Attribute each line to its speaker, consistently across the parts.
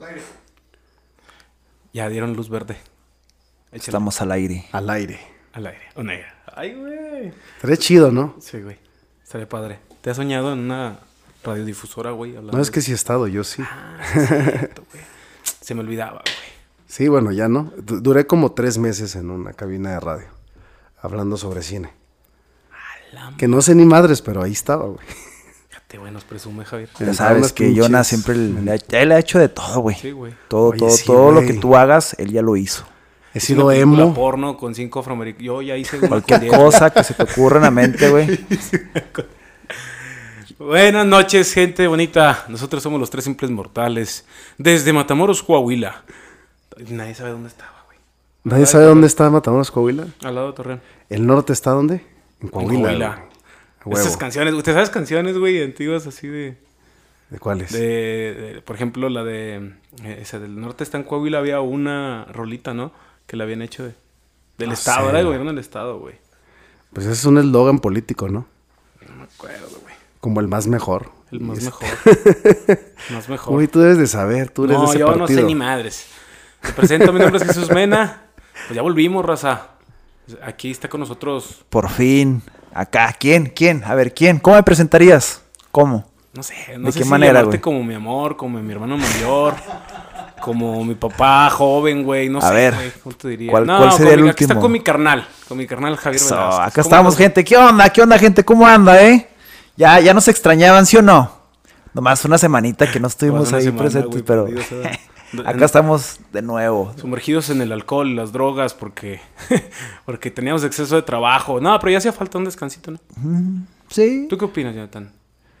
Speaker 1: Al aire.
Speaker 2: Ya dieron luz verde. Échale.
Speaker 3: Estamos al aire.
Speaker 1: Al aire.
Speaker 2: Al aire. O negra. Ay, güey.
Speaker 1: Estaría chido, ¿no?
Speaker 2: Sí, güey. Estaría padre. ¿Te has soñado en una radiodifusora, güey? Ah,
Speaker 1: No es que sí he estado, yo sí.
Speaker 2: Se me olvidaba, güey.
Speaker 1: Sí, bueno, ya no. Du- Duré como tres meses en una cabina de radio, hablando sobre cine.
Speaker 2: La
Speaker 1: Que no sé ni madres, pero ahí estaba, güey.
Speaker 2: fíjate, güey, nos presume, Javier.
Speaker 3: Ya
Speaker 1: Entrar
Speaker 3: sabes
Speaker 1: las
Speaker 3: que Jonas
Speaker 1: pinches-
Speaker 3: siempre le, le ha- él ha hecho de todo, güey.
Speaker 2: Sí, güey.
Speaker 3: Todo,
Speaker 1: Oye,
Speaker 3: todo,
Speaker 1: sí,
Speaker 3: todo lo
Speaker 1: güey.
Speaker 3: que tú hagas, él ya lo hizo.
Speaker 1: He
Speaker 2: Hice
Speaker 1: sido
Speaker 2: una película
Speaker 1: emo.
Speaker 2: porno con cinco afroamericanos. Yo ya hice una
Speaker 3: Cualquier
Speaker 2: con diez.
Speaker 3: cosa que se te ocurra en la mente, güey.
Speaker 2: Buenas noches, gente bonita. Nosotros somos los tres simples mortales. Desde Matamoros, Coahuila. Nadie sabe dónde estaba, güey.
Speaker 1: Nadie sabe dónde está Matamoros, Coahuila.
Speaker 2: Al lado de Torreón.
Speaker 1: ¿El norte está dónde? En Coahuila.
Speaker 2: Coahuila.
Speaker 1: güey. A huevo.
Speaker 2: Esas canciones, ¿usted sabes canciones, güey, antiguas así de,
Speaker 1: ¿De cuáles?
Speaker 2: de- de- por ejemplo, la de eh, esa del norte está en Coahuila había una rolita, ¿no? Que la habían hecho de- del
Speaker 1: No
Speaker 2: estado,
Speaker 1: sé,
Speaker 2: era el
Speaker 1: güey.
Speaker 2: gobierno del estado, güey.
Speaker 1: Pues ese es un eslogan político, ¿no?
Speaker 2: No me acuerdo, güey.
Speaker 1: Como el más mejor.
Speaker 2: El más
Speaker 1: Y es-
Speaker 2: mejor. más mejor.
Speaker 1: Güey, tú debes de saber, tú eres
Speaker 2: no,
Speaker 1: de ese
Speaker 2: yo no sé
Speaker 1: partido.
Speaker 2: ni madres. Me presento, mi nombre es Jesús Mena. Pues ya volvimos, raza. Aquí está con nosotros,
Speaker 3: Por fin. Acá. ¿Quién? ¿Quién? A ver, ¿quién? ¿Cómo me presentarías? ¿Cómo?
Speaker 2: no sé, no
Speaker 3: ¿De
Speaker 2: sé
Speaker 3: qué
Speaker 2: si
Speaker 3: manera,
Speaker 2: llamarte
Speaker 3: güey?
Speaker 2: como mi amor, como mi hermano mayor, como mi papá joven, güey, no
Speaker 3: A
Speaker 2: sé,
Speaker 3: ver,
Speaker 2: güey, ¿cómo te diría?
Speaker 3: ¿cuál-
Speaker 2: no,
Speaker 3: cuál sería
Speaker 2: con mi-
Speaker 3: el
Speaker 2: Aquí está
Speaker 3: último?
Speaker 2: con mi carnal, con mi carnal Javier
Speaker 3: Eso,
Speaker 2: Velázquez.
Speaker 3: acá
Speaker 2: ¿Cómo
Speaker 3: estamos,
Speaker 2: andas?
Speaker 3: gente. ¿Qué onda? ¿Qué onda, gente? ¿Cómo anda, eh? Ya, ya nos extrañaban, ¿sí o no? Nomás una semanita que no estuvimos
Speaker 2: Pasó una
Speaker 3: ahí
Speaker 2: semana,
Speaker 3: presentes,
Speaker 2: güey,
Speaker 3: pero
Speaker 2: perdidos, ¿eh?
Speaker 3: acá estamos de nuevo.
Speaker 2: Sumergidos en el alcohol, y las drogas, porque, porque teníamos exceso de trabajo. No, pero ya hacía falta un descansito, ¿no?
Speaker 3: Sí.
Speaker 2: ¿Tú qué opinas, Jonathan?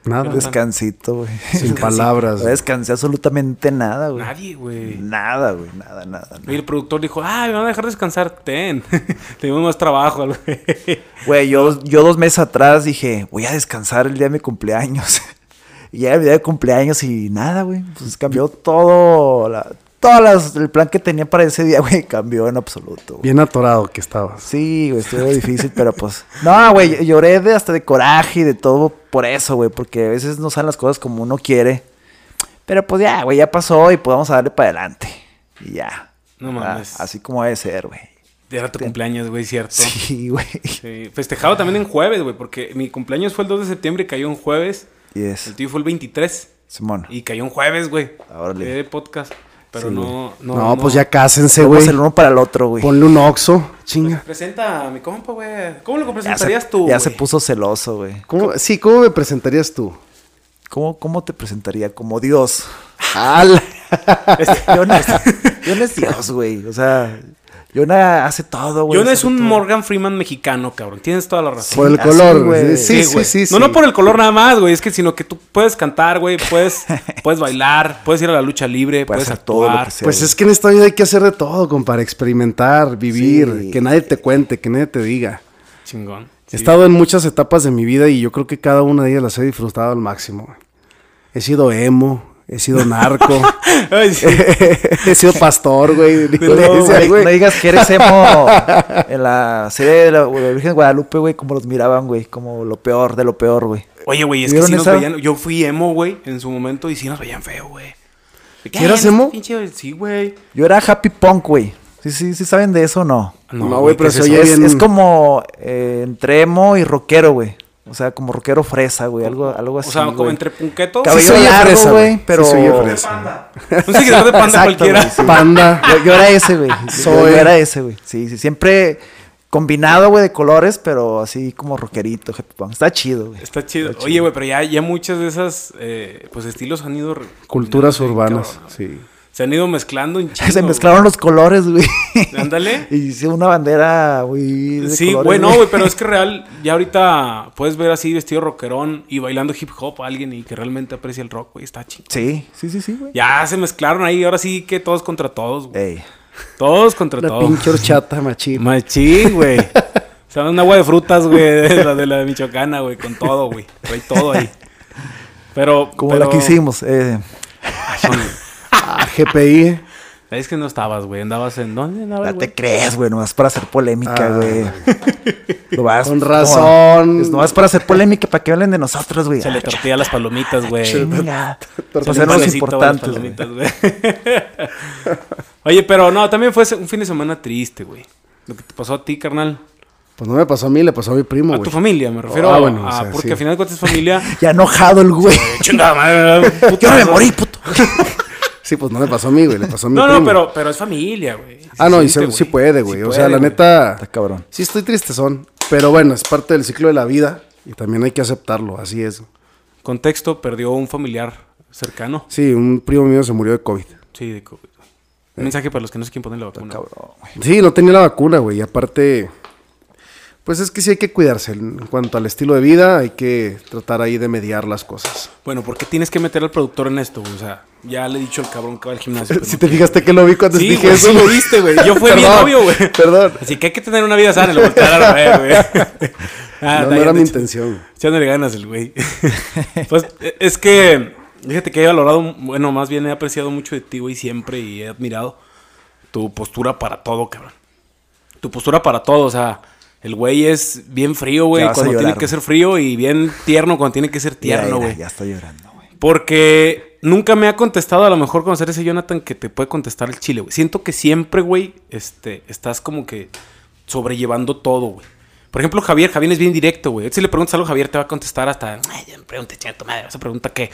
Speaker 1: Nada.
Speaker 3: Un descansito, güey.
Speaker 1: Sin
Speaker 3: Descansi-
Speaker 1: palabras,
Speaker 3: No descansé absolutamente nada, güey.
Speaker 2: Nadie, güey.
Speaker 3: Nada, güey. Nada, nada.
Speaker 2: Y
Speaker 3: nada.
Speaker 2: el productor dijo, ah, me van a dejar descansar, ten. Tenemos más trabajo, güey.
Speaker 3: Güey, yo, yo dos meses atrás dije, voy a descansar el día de mi cumpleaños. y ya era el día de cumpleaños y nada, güey. Pues cambió todo. La, todas las, el plan que tenía para ese día, güey, cambió en absoluto. güey.
Speaker 1: Bien atorado que estabas.
Speaker 3: Sí, güey, estuvo difícil, pero pues. No, güey, ll- lloré de hasta de coraje y de todo por eso, güey, porque a veces no salen las cosas como uno quiere. Pero pues ya, güey, ya pasó y pues vamos a darle para adelante. Y ya.
Speaker 2: No
Speaker 3: ¿verdad?
Speaker 2: mames.
Speaker 3: Así como debe ser, güey.
Speaker 2: Era tu cumpleaños, güey, ¿cierto?
Speaker 3: Sí, güey.
Speaker 2: Sí, Festejado también en jueves, güey, porque mi cumpleaños fue el 2 de septiembre y cayó un jueves.
Speaker 3: Y
Speaker 2: El
Speaker 3: es.
Speaker 2: tío fue el 23
Speaker 3: Simón.
Speaker 2: y cayó un jueves, güey.
Speaker 3: Órale.
Speaker 2: De podcast. Pero
Speaker 3: Sí,
Speaker 2: no, no,
Speaker 1: No, pues ya cásense, güey.
Speaker 3: Vamos el uno para el otro, güey.
Speaker 1: Ponle un oxo. Chinga.
Speaker 2: Presenta a mi compa, güey. ¿Cómo lo
Speaker 3: Ya, se,
Speaker 2: presentarías tú?
Speaker 3: ya se
Speaker 2: güey?
Speaker 3: puso celoso, güey.
Speaker 1: ¿Cómo- Sí, ¿cómo me presentarías tú?
Speaker 3: ¿Cómo, ¿Cómo te presentaría? Como Dios.
Speaker 1: ¡Al!
Speaker 3: Yo no, yo no es Dios, güey. O sea, Yona hace todo, güey.
Speaker 2: Yo no es
Speaker 3: hace
Speaker 2: un
Speaker 3: todo.
Speaker 2: Morgan Freeman mexicano, cabrón. Tienes toda la razón.
Speaker 1: Por el
Speaker 3: así,
Speaker 1: color, güey.
Speaker 3: güey.
Speaker 1: Sí,
Speaker 2: Sí,
Speaker 1: sí,
Speaker 2: güey.
Speaker 1: sí, sí.
Speaker 2: No, no por el color nada más, güey. Es que sino que tú puedes cantar, güey. Puedes, puedes bailar, puedes ir a la lucha libre,
Speaker 3: Puedes
Speaker 2: puedes,
Speaker 3: hacer todo lo
Speaker 2: actuar.
Speaker 3: que sea.
Speaker 1: Pues es que en esta vida hay que hacer de todo, compadre. Experimentar, vivir,
Speaker 3: Sí.
Speaker 1: que nadie te cuente, que nadie te diga.
Speaker 2: Chingón.
Speaker 1: He
Speaker 2: Sí.
Speaker 1: estado en muchas etapas de mi vida y yo creo que cada una de ellas las he disfrutado al máximo. güey. He sido emo, he sido narco,
Speaker 2: Ay, sí.
Speaker 1: he sido pastor, güey. de
Speaker 3: No,
Speaker 1: iglesia,
Speaker 3: güey,
Speaker 1: güey.
Speaker 3: no digas que eres emo en la serie de la, de la Virgen de Guadalupe, güey, como los miraban, güey, como lo peor de lo peor, güey.
Speaker 2: Oye, güey, es que
Speaker 3: ¿Vieron
Speaker 2: sí nos
Speaker 3: esa?
Speaker 2: veían. Yo fui emo, güey, en su momento y sí nos veían feo, güey. ¿De qué
Speaker 1: ¿Sí eras
Speaker 2: hablan
Speaker 1: emo?
Speaker 2: este pinche- Sí, güey.
Speaker 3: Yo era happy punk, güey. Sí, sí, sí saben de eso o no.
Speaker 1: No, güey, pero
Speaker 2: ¿qué
Speaker 1: se
Speaker 2: es
Speaker 1: oye
Speaker 2: eso?
Speaker 3: Es,
Speaker 1: bien-
Speaker 3: es como eh, entre emo y rockero, güey. O sea, como rockero fresa, güey, algo, algo
Speaker 2: O
Speaker 3: así.
Speaker 2: sea, como
Speaker 3: güey.
Speaker 2: entre punquetos.
Speaker 3: Cabello
Speaker 1: Sí soy
Speaker 3: largo,
Speaker 1: fresa,
Speaker 3: güey,
Speaker 1: güey. Sí
Speaker 3: pero-
Speaker 1: soy fresa.
Speaker 2: Un seguidor de panda
Speaker 3: Exacto,
Speaker 2: cualquiera.
Speaker 3: güey, sí.
Speaker 1: Panda.
Speaker 3: Yo, yo era ese, güey. Yo-
Speaker 1: Soy-
Speaker 3: Yo era ese, güey. Sí, sí. Siempre combinado, güey, de colores, pero así como rockerito, happy punk. Está chido, güey.
Speaker 2: Está chido. Oye, güey, pero ya, ya muchas de esas eh, pues estilos han ido. re-
Speaker 1: Culturas
Speaker 2: cabrón,
Speaker 1: urbanas,
Speaker 2: cabrón.
Speaker 1: sí.
Speaker 2: Se han ido mezclando un chingo.
Speaker 3: Se mezclaron los colores, güey.
Speaker 2: güey. Ándale.
Speaker 3: Y hice una bandera, güey. de
Speaker 2: Sí,
Speaker 3: colores,
Speaker 2: güey, no, güey, pero es que real, ya ahorita puedes ver así vestido rockerón y bailando hip hop a alguien y que realmente aprecia el rock, güey, está chido.
Speaker 3: Sí, sí, sí, sí, güey.
Speaker 2: Ya se mezclaron ahí, ahora sí que todos contra todos, güey.
Speaker 3: Ey.
Speaker 2: Todos contra
Speaker 1: La
Speaker 2: todos.
Speaker 1: pinche horchata, machín.
Speaker 2: Machín, güey. O sea, un agua de frutas, güey, de la de la Michoacana, güey, con todo, güey. Trae todo ahí. Pero.
Speaker 3: Como
Speaker 2: pero-
Speaker 3: la que hicimos. eh,
Speaker 2: Ay, güey.
Speaker 1: Ah, GPI.
Speaker 2: Es que no estabas, güey. Andabas en. ¿Dónde andabas,
Speaker 3: No
Speaker 2: güey?
Speaker 3: te creas, güey, nomás para hacer polémica,
Speaker 1: Ah,
Speaker 3: güey. No vas-
Speaker 1: Con
Speaker 3: no,
Speaker 1: razón.
Speaker 3: es nomás para hacer polémica, para que hablen de nosotros, güey.
Speaker 2: Se le
Speaker 3: Ah, cha-
Speaker 2: tortilla las palomitas, güey.
Speaker 3: chinga.
Speaker 1: Tortilla.
Speaker 3: Pues
Speaker 2: Sale un
Speaker 3: eran los
Speaker 2: panecito,
Speaker 3: importantes,
Speaker 2: las
Speaker 3: güey.
Speaker 2: palomitas, güey. Oye, pero no, también fue un fin de semana triste, güey. Lo que te pasó a ti, carnal.
Speaker 1: Pues no me pasó a mí, le pasó a mi primo,
Speaker 2: A tu
Speaker 1: güey.
Speaker 2: familia, me refiero.
Speaker 1: Ah,
Speaker 2: a,
Speaker 1: bueno, o
Speaker 2: a-
Speaker 1: sea,
Speaker 2: porque
Speaker 1: sí.
Speaker 2: al final de cuentas es familia.
Speaker 3: Ya enojado el güey.
Speaker 2: Chingada madre, puta
Speaker 3: Yo no me
Speaker 2: madre.
Speaker 3: morí, puto.
Speaker 1: Sí, pues no me pasó a mí, güey, le pasó a mi
Speaker 2: No,
Speaker 1: primo.
Speaker 2: no, pero, pero es familia, güey. Sí
Speaker 1: Ah, no, y
Speaker 2: siente, güey.
Speaker 1: se- sí puede, güey.
Speaker 2: Sí
Speaker 1: o sea,
Speaker 2: puede,
Speaker 1: la
Speaker 2: güey.
Speaker 1: neta.
Speaker 3: Está cabrón.
Speaker 1: Sí, estoy tristezón. Pero bueno, es parte del ciclo de la vida y también hay que aceptarlo, así es.
Speaker 2: Contexto, perdió un familiar cercano.
Speaker 1: Sí, un primo mío se murió de COVID.
Speaker 2: Sí, de COVID. güey.
Speaker 1: Eh.
Speaker 2: Un mensaje para los que no sé quién poner la vacuna.
Speaker 3: Cabrón, güey.
Speaker 1: Sí, no tenía la vacuna, güey. Y aparte, pues es que sí hay que cuidarse. En cuanto al estilo de vida, hay que tratar ahí de mediar las cosas.
Speaker 2: Bueno, ¿por qué tienes que meter al productor en esto, güey? O sea, ya le he dicho al cabrón que va al gimnasio. pero
Speaker 1: Si
Speaker 2: no
Speaker 1: te
Speaker 2: quiere,
Speaker 1: fijaste que lo vi cuando
Speaker 2: Sí,
Speaker 1: dije
Speaker 2: güey,
Speaker 1: eso.
Speaker 2: sí lo viste, güey. Yo fue bien
Speaker 1: Perdón,
Speaker 2: obvio, güey.
Speaker 1: Perdón.
Speaker 2: Así que hay que tener una vida sana, lo voltearon a ver, güey. Ah,
Speaker 1: no,
Speaker 2: está
Speaker 1: no era
Speaker 2: bien,
Speaker 1: mi
Speaker 2: de hecho.
Speaker 1: intención.
Speaker 2: Echándole ganas el güey. pues eh, es que, fíjate que he valorado, bueno, más bien he apreciado mucho de ti, güey, siempre y he admirado tu postura para todo, cabrón. Tu postura para todo, o sea, el güey es bien frío, güey,
Speaker 3: Ya vas a
Speaker 2: cuando tiene
Speaker 3: llorar,
Speaker 2: que
Speaker 3: güey.
Speaker 2: ser frío y bien tierno cuando tiene que ser
Speaker 3: Mira,
Speaker 2: tierno,
Speaker 3: mira,
Speaker 2: güey.
Speaker 3: Ya está llorando, güey.
Speaker 2: Porque nunca me ha contestado, a lo mejor conocer ese Jonathan que te puede contestar el chile, güey. Siento que siempre, güey, este, estás como que sobrellevando todo, güey. Por ejemplo, Javier, Javier es bien directo, güey. Si le preguntas algo, Javier te va a contestar hasta, ay, ya me pregunté, chinga tu madre, esa pregunta qué.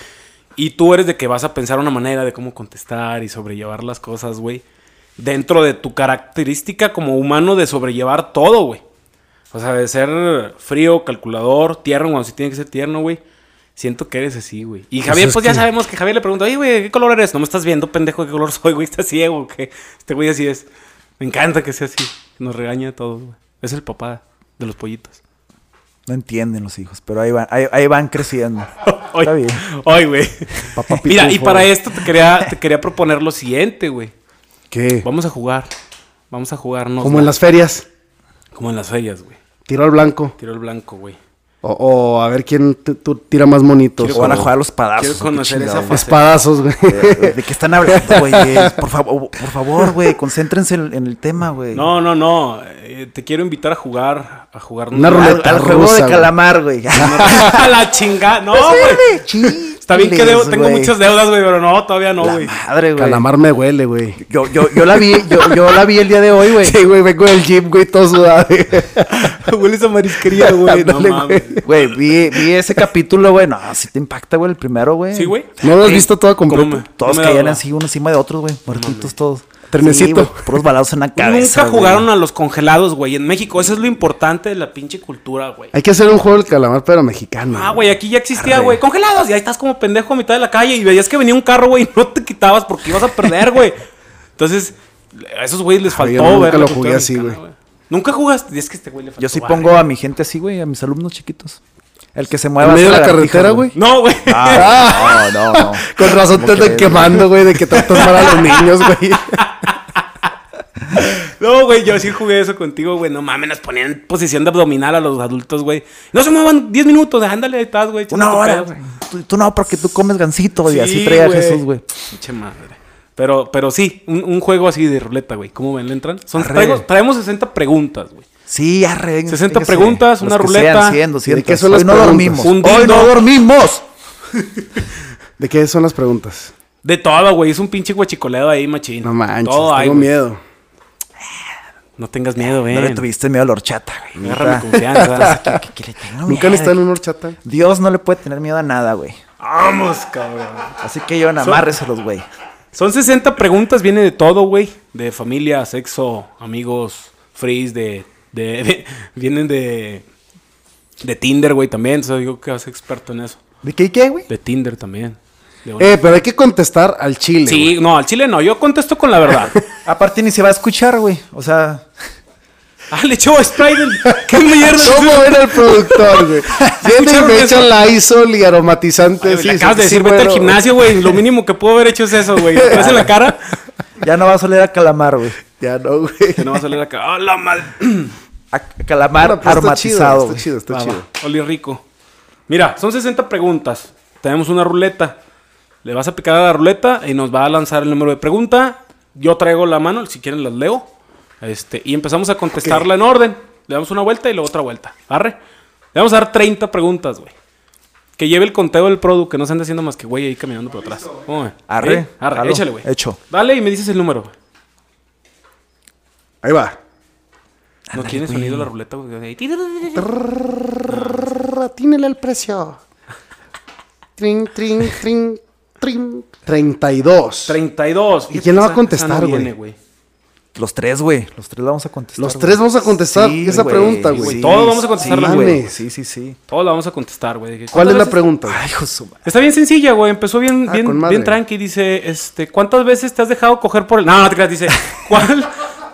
Speaker 2: Y tú eres de que vas a pensar una manera de cómo contestar y sobrellevar las cosas, güey. Dentro de tu característica como humano de sobrellevar todo, güey. O sea, de ser frío, calculador, tierno, cuando sí tiene que ser tierno, güey. Siento que eres así, güey. Y Javier,
Speaker 1: es
Speaker 2: pues ya
Speaker 1: que-
Speaker 2: sabemos que Javier le pregunta, oye, güey, ¿qué color eres? No me estás viendo, pendejo, ¿qué color soy, güey? ¿Estás ciego o qué? Este güey así es. Me encanta que sea así. Nos regaña a todos, güey. Es el papá de los pollitos.
Speaker 3: No entienden los hijos, pero ahí van, ahí, ahí van creciendo.
Speaker 2: Hoy,
Speaker 3: Está bien.
Speaker 2: hoy, güey.
Speaker 1: Papá pitufo,
Speaker 2: Mira, y para
Speaker 1: güey.
Speaker 2: esto te quería, te quería proponer lo siguiente, güey.
Speaker 1: ¿Qué?
Speaker 2: Vamos a jugar. Vamos a jugarnos.
Speaker 1: Como en
Speaker 2: la-
Speaker 1: las ferias.
Speaker 2: Como en las ferias, güey.
Speaker 1: Tiro al blanco.
Speaker 2: Tiro el blanco, güey.
Speaker 1: O, o a ver quién t- tú tira más bonitos.
Speaker 3: O van a
Speaker 1: O
Speaker 3: jugar a los
Speaker 1: Ah,
Speaker 3: padazos.
Speaker 2: Quiero
Speaker 3: qué
Speaker 2: conocer esa
Speaker 3: chingado.
Speaker 2: fase.
Speaker 1: Espadazos, güey.
Speaker 2: Eh,
Speaker 3: Eh, ¿De qué están hablando, güey? Eh, Por favor, oh, por favor, güey, concéntrense en, en el tema, güey.
Speaker 2: No, no, no. Eh, te quiero invitar a jugar. A jugar
Speaker 1: Una
Speaker 2: un-
Speaker 1: ruleta.
Speaker 3: al, al juego
Speaker 1: rusa,
Speaker 3: de
Speaker 1: güey.
Speaker 3: calamar, güey.
Speaker 2: a la chingada. No, güey. Está bien que debo- tengo muchas deudas, güey, pero no, todavía no,
Speaker 3: La
Speaker 2: güey.
Speaker 3: madre, güey.
Speaker 1: Calamar me huele, güey.
Speaker 3: Yo, yo, yo la vi, yo, yo la vi el día de hoy, güey.
Speaker 1: Sí, güey, vengo del gym, güey, todo sudado. güey.
Speaker 2: Hueles a marisquería, güey. No
Speaker 1: Ándale,
Speaker 2: mames.
Speaker 3: Güey, vi, vi ese capítulo, güey. No, sí te impacta, güey, el primero, güey.
Speaker 2: Sí, güey.
Speaker 1: ¿No lo has visto todo completo?
Speaker 2: ¿Cómo?
Speaker 3: Todos
Speaker 2: No me da
Speaker 3: caían
Speaker 2: duda.
Speaker 3: así, uno encima de otros, güey. Muertitos todos.
Speaker 1: Trenecito.
Speaker 3: Sí, güey, puros balados en la cabeza.
Speaker 2: Nunca
Speaker 3: güey.
Speaker 2: jugaron a los congelados, güey. En México, eso es lo importante de la pinche cultura, güey.
Speaker 1: Hay que hacer un juego del calamar, pero mexicano.
Speaker 2: Ah, güey, aquí ya existía,
Speaker 3: Arre.
Speaker 2: güey. Congelados. Y ahí estás como pendejo a mitad de la calle y veías que venía un carro, güey, y no te quitabas porque ibas a perder, güey. Entonces, a esos güeyes les
Speaker 1: Ah, yo
Speaker 2: faltó,
Speaker 1: nunca
Speaker 2: ver la
Speaker 1: lo
Speaker 2: cultura
Speaker 1: jugué así,
Speaker 2: mexicana,
Speaker 1: güey.
Speaker 2: Nunca jugaste. Es que este güey le faltó.
Speaker 3: Yo sí
Speaker 2: barrio.
Speaker 3: pongo a mi gente así, güey, a mis alumnos chiquitos. El que se mueva.
Speaker 1: ¿En medio de
Speaker 3: hacia
Speaker 1: la
Speaker 3: lagartija,
Speaker 1: carretera, güey?
Speaker 2: No, güey.
Speaker 3: Ah, no, no, no.
Speaker 1: Con razón te
Speaker 3: ¿Cómo
Speaker 1: andan
Speaker 3: crees,
Speaker 1: quemando, güey, de que tratas mal a los niños, güey.
Speaker 2: No, güey, yo sí jugué eso contigo, güey. No mames, nos ponían en posición de abdominal a los adultos, güey. No se muevan 10 minutos, ándale, ahí estás, güey.
Speaker 3: Una
Speaker 2: echando
Speaker 3: hora,
Speaker 2: pedos.
Speaker 3: güey. Tú, tú no, porque tú comes gancito, güey.
Speaker 2: Sí,
Speaker 3: así traía
Speaker 2: güey.
Speaker 3: Jesús, güey.
Speaker 2: Pinche madre. Pero, pero sí, un, un juego así de ruleta, güey. ¿Cómo ven? ¿Le entran? Son,
Speaker 3: Arre.
Speaker 2: traigo- traemos 60 preguntas, güey.
Speaker 3: Sí, arre. venga,
Speaker 2: 60
Speaker 3: fíjese.
Speaker 2: preguntas,
Speaker 3: Los
Speaker 2: una
Speaker 3: que
Speaker 2: ruleta.
Speaker 3: Sean 100, 200.
Speaker 1: ¿De qué son las
Speaker 3: Hoy no
Speaker 1: preguntas?
Speaker 3: dormimos.
Speaker 2: Un
Speaker 3: Hoy
Speaker 2: dildo.
Speaker 3: no dormimos.
Speaker 1: ¿De qué son las preguntas?
Speaker 2: De todo, güey. Es un pinche guachicoleo ahí, machín.
Speaker 1: No manches,
Speaker 2: Todo hay,
Speaker 1: tengo
Speaker 2: güey.
Speaker 1: miedo.
Speaker 2: No tengas miedo,
Speaker 3: No le
Speaker 2: ven.
Speaker 3: tuviste miedo a la horchata, güey.
Speaker 2: Agarra mi
Speaker 3: Neta.
Speaker 2: confianza.
Speaker 3: ¿Qué- qué- qué le tengo
Speaker 1: Nunca han
Speaker 3: miedo?
Speaker 1: estado en una horchata.
Speaker 3: Dios no le puede tener miedo a nada, güey.
Speaker 2: Vamos, cabrón.
Speaker 3: Así que yo amárreselos, güey.
Speaker 2: Son 60 preguntas, viene de todo, güey. De familia, sexo, amigos, freeze, de. de, de- vienen de. De Tinder, güey, también. O sea, digo que vas experto en eso.
Speaker 3: ¿De qué qué, güey?
Speaker 2: De Tinder también. De
Speaker 1: Eh, pero hay que contestar al chile. güey.
Speaker 2: sí, no, al chile no. Yo contesto con la verdad.
Speaker 3: Aparte ni se va a escuchar, güey. O sea,
Speaker 2: ah, le echó Spider. ¡Qué mierda! Ah,
Speaker 1: ¿Cómo era el productor, güey? Viene y
Speaker 2: ¿Escucharon
Speaker 1: me
Speaker 2: eso?
Speaker 1: echan la isol y aromatizantes.
Speaker 2: Güey,
Speaker 1: sí,
Speaker 2: le acabas de
Speaker 1: sí,
Speaker 2: decir, vete
Speaker 1: bueno.
Speaker 2: al gimnasio, güey. Lo mínimo que puedo haber hecho es eso, güey. ¿Lo traes en la cara?
Speaker 3: ya no va a salir a calamar, güey.
Speaker 1: Ya no, güey.
Speaker 2: Que no va a salir acá. ¡Ah, la madre!
Speaker 3: A a calamar
Speaker 1: Bueno, pues, está chido,
Speaker 3: aromatizado,
Speaker 1: Está
Speaker 3: güey.
Speaker 1: chido, está
Speaker 2: Va,
Speaker 1: chido.
Speaker 2: va. Oli rico. Mira, son 60 preguntas. Tenemos una ruleta. Le vas a picar a la ruleta y nos va a lanzar el número de pregunta. Yo traigo la mano, si quieren las leo. Este, y empezamos a contestarla en orden. Le damos una vuelta y luego otra vuelta. Arre. Le vamos a dar 30 preguntas, güey. Que lleve el conteo del produ, que no se ande haciendo más que güey ahí caminando por atrás. ¿Cómo ven?
Speaker 3: Arre,
Speaker 2: ¿Eh? Arre,
Speaker 3: jalo.
Speaker 2: échale, güey.
Speaker 3: Hecho.
Speaker 2: Dale y me dices el número, güey.
Speaker 1: Ahí va.
Speaker 2: No tiene sonido la ruleta, güey. Ahí.
Speaker 1: Tínele el precio. Trin, trin, trin, trin. 32.
Speaker 2: 32.
Speaker 1: ¿Y quién la va
Speaker 2: Esa- esa Ah,
Speaker 1: a
Speaker 2: no
Speaker 1: contestar, güey?
Speaker 2: viene,
Speaker 3: Los tres, güey. Los tres la vamos a contestar.
Speaker 1: Los
Speaker 3: güey.
Speaker 1: tres vamos a contestar esa pregunta, güey.
Speaker 2: Sí, Todos vamos a contestarla,
Speaker 3: sí, güey.
Speaker 1: güey.
Speaker 3: Sí, sí, sí.
Speaker 2: Todos la vamos a contestar, güey.
Speaker 1: ¿Cuál es la
Speaker 2: ¿Cuántas veces-
Speaker 1: pregunta? güey?
Speaker 3: Ay, hijo de su madre.
Speaker 2: Está bien sencilla, güey. Empezó bien,
Speaker 1: Ah, con
Speaker 2: bien,
Speaker 1: madre.
Speaker 2: bien tranqui. Dice, este, ¿cuántas veces te has dejado coger por el...? No, no te creas. Dice, ¿cuál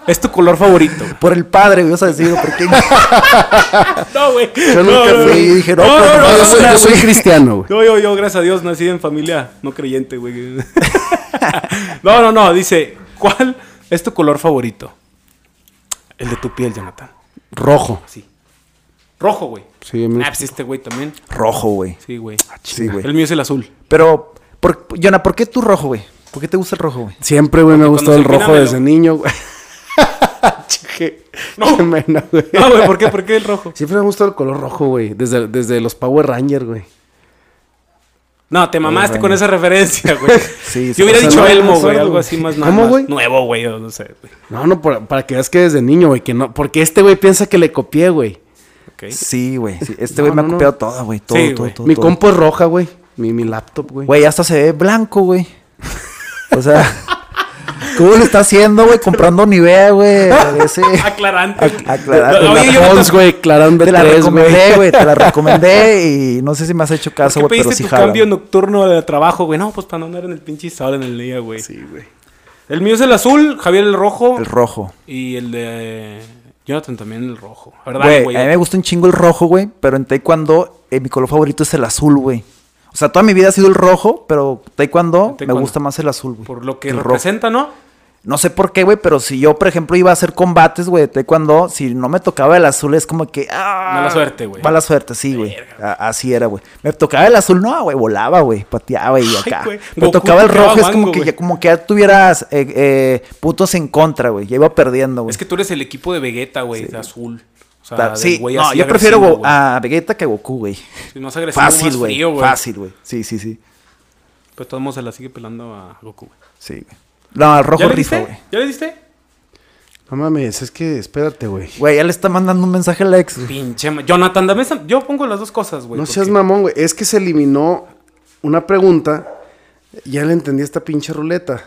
Speaker 2: es tu color favorito? güey?
Speaker 3: Por el padre, güey. Vas a decir, ¿por qué?
Speaker 2: No, güey.
Speaker 3: Yo nunca fui y dije, no,
Speaker 2: no,
Speaker 3: pues,
Speaker 2: no,
Speaker 1: No,
Speaker 2: no,
Speaker 1: yo soy,
Speaker 2: no,
Speaker 1: yo soy
Speaker 2: güey.
Speaker 1: cristiano, güey.
Speaker 2: No, yo, yo, gracias a Dios, nací en familia no creyente, güey. no, no, no. Dice, ¿cuál es tu color favorito? El de tu piel, Jonathan.
Speaker 1: Rojo.
Speaker 2: Así. Rojo, güey.
Speaker 1: Sí, a mí-
Speaker 2: Ah, pues este güey también.
Speaker 3: rojo, güey.
Speaker 2: Sí, güey.
Speaker 1: Ah,
Speaker 3: Ah, Sí, güey.
Speaker 2: El mío es el azul.
Speaker 3: Pero, por, Jonah, ¿por qué tú rojo, güey? ¿Por qué te gusta el rojo, güey?
Speaker 1: Siempre, güey, me ha gustado el
Speaker 2: cuando se
Speaker 1: rojo
Speaker 2: empina,
Speaker 1: desde niño, güey. Che,
Speaker 2: No.
Speaker 1: qué mena, güey.
Speaker 2: No, Ah, güey, ¿por qué? ¿Por qué el rojo?
Speaker 1: Siempre me ha gustado el color rojo, güey. Desde, desde los Power Rangers, güey.
Speaker 2: No, te mamaste
Speaker 3: Rangers.
Speaker 2: con esa referencia, güey.
Speaker 3: Sí, sí,
Speaker 2: Yo hubiera
Speaker 1: o sea,
Speaker 2: dicho
Speaker 1: no,
Speaker 2: Elmo, güey,
Speaker 1: no, sordo,
Speaker 2: algo
Speaker 1: güey.
Speaker 2: así más, más-
Speaker 1: ¿Cómo,
Speaker 2: más
Speaker 1: güey?
Speaker 2: nuevo, güey, o no sé, güey.
Speaker 1: No, no, para, para que veas que desde niño, güey, que no. Porque este güey piensa que le copié, güey.
Speaker 2: Ok.
Speaker 3: Sí, güey. sí. Este
Speaker 1: No,
Speaker 3: güey me ha
Speaker 1: no, no.
Speaker 3: copiado toda, güey. Todo,
Speaker 2: Sí,
Speaker 3: todo,
Speaker 2: güey.
Speaker 3: todo.
Speaker 1: mi
Speaker 3: todo.
Speaker 1: compo es roja, güey. Mi, mi laptop, güey.
Speaker 3: Güey, hasta se ve blanco, güey. O sea, ¿cómo lo está haciendo, güey? Comprando Nivea, güey. Ese-
Speaker 2: Aclarante.
Speaker 3: Ac- aclarante.
Speaker 2: No, Oye,
Speaker 1: Oye,
Speaker 2: yo no te-
Speaker 1: güey, clarón
Speaker 3: Te la
Speaker 1: B3,
Speaker 3: recomendé, güey. Te la recomendé y no sé si me has hecho caso,
Speaker 2: ¿Por
Speaker 3: güey,
Speaker 2: qué
Speaker 3: pero
Speaker 2: pediste
Speaker 3: sí
Speaker 2: tu
Speaker 3: jala.
Speaker 2: cambio nocturno de trabajo, güey? No, pues para no andar en el pinche sol en el día, güey.
Speaker 1: Sí, güey.
Speaker 2: El mío es el azul, Javier el rojo
Speaker 3: El rojo.
Speaker 2: y el de Jonathan también el rojo. ¿Verdad,
Speaker 3: Güey,
Speaker 2: güey?
Speaker 3: a mí me gusta un chingo el rojo, güey. Pero en taekwondo, eh, mi color favorito es el azul, güey. O sea, toda mi vida ha sido el rojo, pero taekwondo,
Speaker 2: taekwondo.
Speaker 3: me gusta más el azul, güey.
Speaker 2: Por lo que
Speaker 3: El rojo.
Speaker 2: representa, ¿no?
Speaker 3: No sé por qué, güey, pero si yo, por ejemplo, iba a hacer combates, güey, de taekwondo, si no me tocaba el azul, es como que. ¡ah!
Speaker 2: Mala suerte, güey.
Speaker 3: Mala suerte, sí, güey. A- Así era, güey. Me tocaba el azul, no, güey, volaba, güey, pateaba y acá.
Speaker 2: güey.
Speaker 3: me
Speaker 2: Goku
Speaker 3: tocaba el
Speaker 2: tocaba
Speaker 3: rojo, es como
Speaker 2: mango,
Speaker 3: que,
Speaker 2: güey.
Speaker 3: ya, como que ya tuvieras eh, eh, putos en contra, güey. Ya iba perdiendo, güey.
Speaker 2: Es que tú eres el equipo de Vegeta, güey, de azul. O sea,
Speaker 3: Ta-
Speaker 2: del
Speaker 3: sí,
Speaker 2: güey
Speaker 3: no,
Speaker 2: así
Speaker 3: yo prefiero
Speaker 2: agresivo,
Speaker 3: Go-
Speaker 2: güey.
Speaker 3: a Vegeta que a Goku, güey.
Speaker 2: Sí, Más agresivo,
Speaker 3: Fácil,
Speaker 2: más
Speaker 3: güey.
Speaker 2: frío, güey.
Speaker 3: Fácil, güey. Sí, sí, sí.
Speaker 2: Pues todo el mundo se la sigue pelando a Goku, güey.
Speaker 3: Sí, güey. No, el rojo
Speaker 2: ¿Ya le
Speaker 3: rifa,
Speaker 2: diste?
Speaker 3: güey.
Speaker 2: ¿Ya le diste?
Speaker 1: No mames, es que espérate, güey.
Speaker 3: Güey, ya le está mandando un mensaje al ex. güey.
Speaker 2: Pinche. ma- Jonathan, dame esa- Yo pongo las dos cosas, güey.
Speaker 1: No
Speaker 2: porque-
Speaker 1: seas mamón, güey. Es que se eliminó una pregunta. Ya le entendí esta pinche ruleta.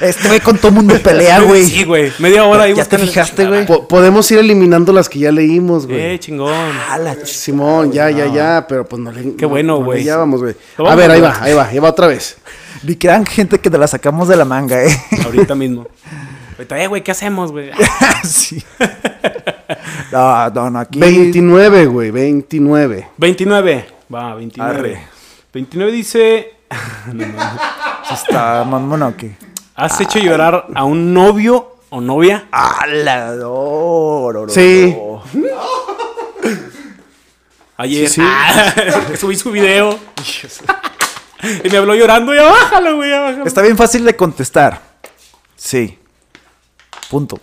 Speaker 3: Este güey con todo mundo pelea, güey.
Speaker 2: Sí, güey. Media hora ahí
Speaker 3: Ya te
Speaker 2: buscando la
Speaker 3: fijaste,
Speaker 2: chingada.
Speaker 3: güey.
Speaker 1: Po- podemos ir eliminando las que ya leímos,
Speaker 2: Eh,
Speaker 1: güey.
Speaker 2: chingón.
Speaker 3: A la ch-
Speaker 1: Simón, ya, ya, ya, pero pues no le.
Speaker 2: Qué bueno,
Speaker 1: no- no
Speaker 2: güey.
Speaker 1: le hallábamos, güey.
Speaker 2: Lo
Speaker 1: A
Speaker 2: vamos
Speaker 1: ver,
Speaker 2: a
Speaker 1: ahí
Speaker 2: ver.
Speaker 1: va, ahí va, ahí va otra vez.
Speaker 3: Ni quedan gente que te la sacamos de la manga, eh.
Speaker 2: Ahorita mismo. Ahorita, eh, güey, ¿qué hacemos, güey?
Speaker 3: Ah, sí. No, no, no, aquí.
Speaker 1: 29, güey, 29.
Speaker 2: 29. Va, 29.
Speaker 3: Arre.
Speaker 2: 29 dice...
Speaker 3: sí Está mamón, ¿o qué?
Speaker 2: ¿Has hecho llorar a un novio o novia?
Speaker 3: A la no, no, no,
Speaker 1: Sí.
Speaker 3: no.
Speaker 2: Ayer.
Speaker 1: Sí, sí.
Speaker 2: Ah, que subí su video. y me habló llorando. Ya bájalo, güey, ya bájalo.
Speaker 3: Está bien fácil de contestar. Sí. Punto.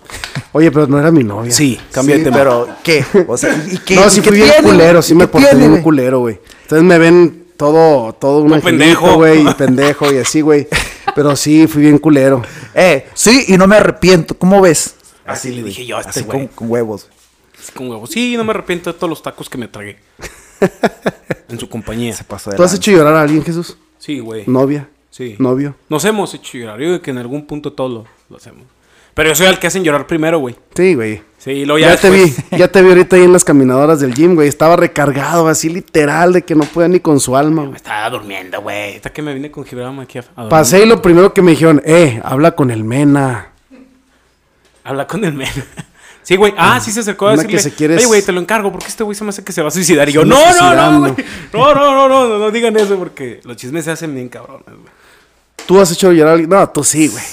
Speaker 1: Oye, pero no era mi novia.
Speaker 2: Sí, cambia de
Speaker 3: Sí,
Speaker 2: tema.
Speaker 3: Pero, ¿qué? O sea, ¿y y qué?
Speaker 1: No,
Speaker 3: ¿y
Speaker 1: sí
Speaker 3: qué
Speaker 1: fui bien
Speaker 3: tiene?
Speaker 1: culero, sí
Speaker 3: ¿Y
Speaker 1: me
Speaker 3: qué
Speaker 1: porté
Speaker 3: tiene?
Speaker 1: bien culero, güey. Entonces me ven todo, todo un angelito,
Speaker 2: pendejo.
Speaker 1: güey, y pendejo y así, güey. Pero sí, fui bien culero.
Speaker 3: Eh, sí, y no me arrepiento. ¿Cómo ves?
Speaker 2: Así le dije yo a este
Speaker 3: Así
Speaker 2: güey.
Speaker 3: con, con huevos.
Speaker 2: Así con huevo. Sí, no me arrepiento de todos los tacos que me tragué. en su compañía.
Speaker 3: Se pasó de
Speaker 1: ¿Tú has
Speaker 3: lanza.
Speaker 1: hecho llorar a alguien, Jesús?
Speaker 2: Sí, güey.
Speaker 1: ¿Novia?
Speaker 2: Sí.
Speaker 1: ¿Novio?
Speaker 2: Nos hemos hecho llorar. Yo digo que en algún punto todos lo, lo hacemos. Pero yo soy el que hacen llorar primero, güey.
Speaker 1: Sí, güey.
Speaker 2: Sí, y luego ya,
Speaker 1: Ya, te vi,
Speaker 2: después-
Speaker 1: ya te vi ahorita ahí en las caminadoras del gym, güey. Estaba recargado, así literal, de que no podía ni con su alma,
Speaker 2: Me
Speaker 1: güey.
Speaker 2: estaba durmiendo, güey. Hasta que me vine con Gibran aquí a, a dormir.
Speaker 1: Pasé y lo primero que me dijeron, eh, habla con el Mena.
Speaker 2: Habla con el men. Sí, güey. Ah, sí se acercó a
Speaker 1: Una
Speaker 2: decirle.
Speaker 1: que se quiere-
Speaker 2: Oye, güey, te lo encargo porque este güey se me hace que se va a suicidar. Y yo,
Speaker 1: anda
Speaker 2: no, no, no,
Speaker 1: suicidando".
Speaker 2: güey. No, no, no, no, no, no digan eso porque los chismes se hacen bien cabrones, güey.
Speaker 1: ¿Tú has hecho llorar a alguien? No, tú sí, güey.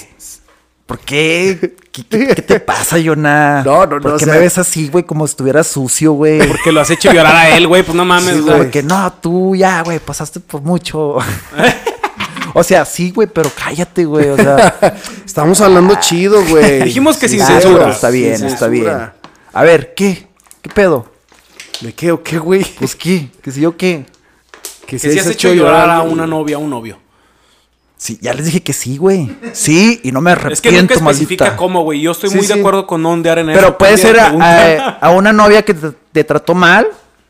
Speaker 3: ¿Por qué? ¿Qué, qué- qué te pasa, Yona?
Speaker 1: No, no, no,
Speaker 3: ¿Por
Speaker 1: o
Speaker 3: qué
Speaker 1: sea-
Speaker 3: me ves así, güey? Como si estuviera sucio, güey.
Speaker 2: Porque lo has hecho llorar a él, güey. Pues no mames,
Speaker 1: Sí,
Speaker 2: güey.
Speaker 1: güey.
Speaker 3: Porque no, tú ya, güey, pasaste por mucho. O sea, sí, güey, pero cállate, güey. O sea,
Speaker 1: Estamos hablando chido, güey.
Speaker 2: Ah. Dijimos que sin
Speaker 1: claro,
Speaker 2: censura.
Speaker 3: Está bien,
Speaker 1: sin
Speaker 3: está bien.
Speaker 1: censura.
Speaker 3: A ver, ¿qué? ¿Qué pedo?
Speaker 1: ¿De qué o qué, güey?
Speaker 3: Pues qué, que si yo qué.
Speaker 1: Que
Speaker 2: Que si has hecho llorar a una novia, a un novio.
Speaker 3: Sí, ya les dije que sí, güey. Sí, y no me
Speaker 2: Es que nunca
Speaker 3: arrepiento,
Speaker 2: especifica
Speaker 3: maldita.
Speaker 2: cómo, güey. Yo estoy
Speaker 1: Sí,
Speaker 2: muy de
Speaker 1: sí.
Speaker 2: acuerdo con ondear en eso.
Speaker 3: Pero puede
Speaker 2: También
Speaker 3: ser a,
Speaker 2: pregunta.
Speaker 3: a- a una novia que te, te trató mal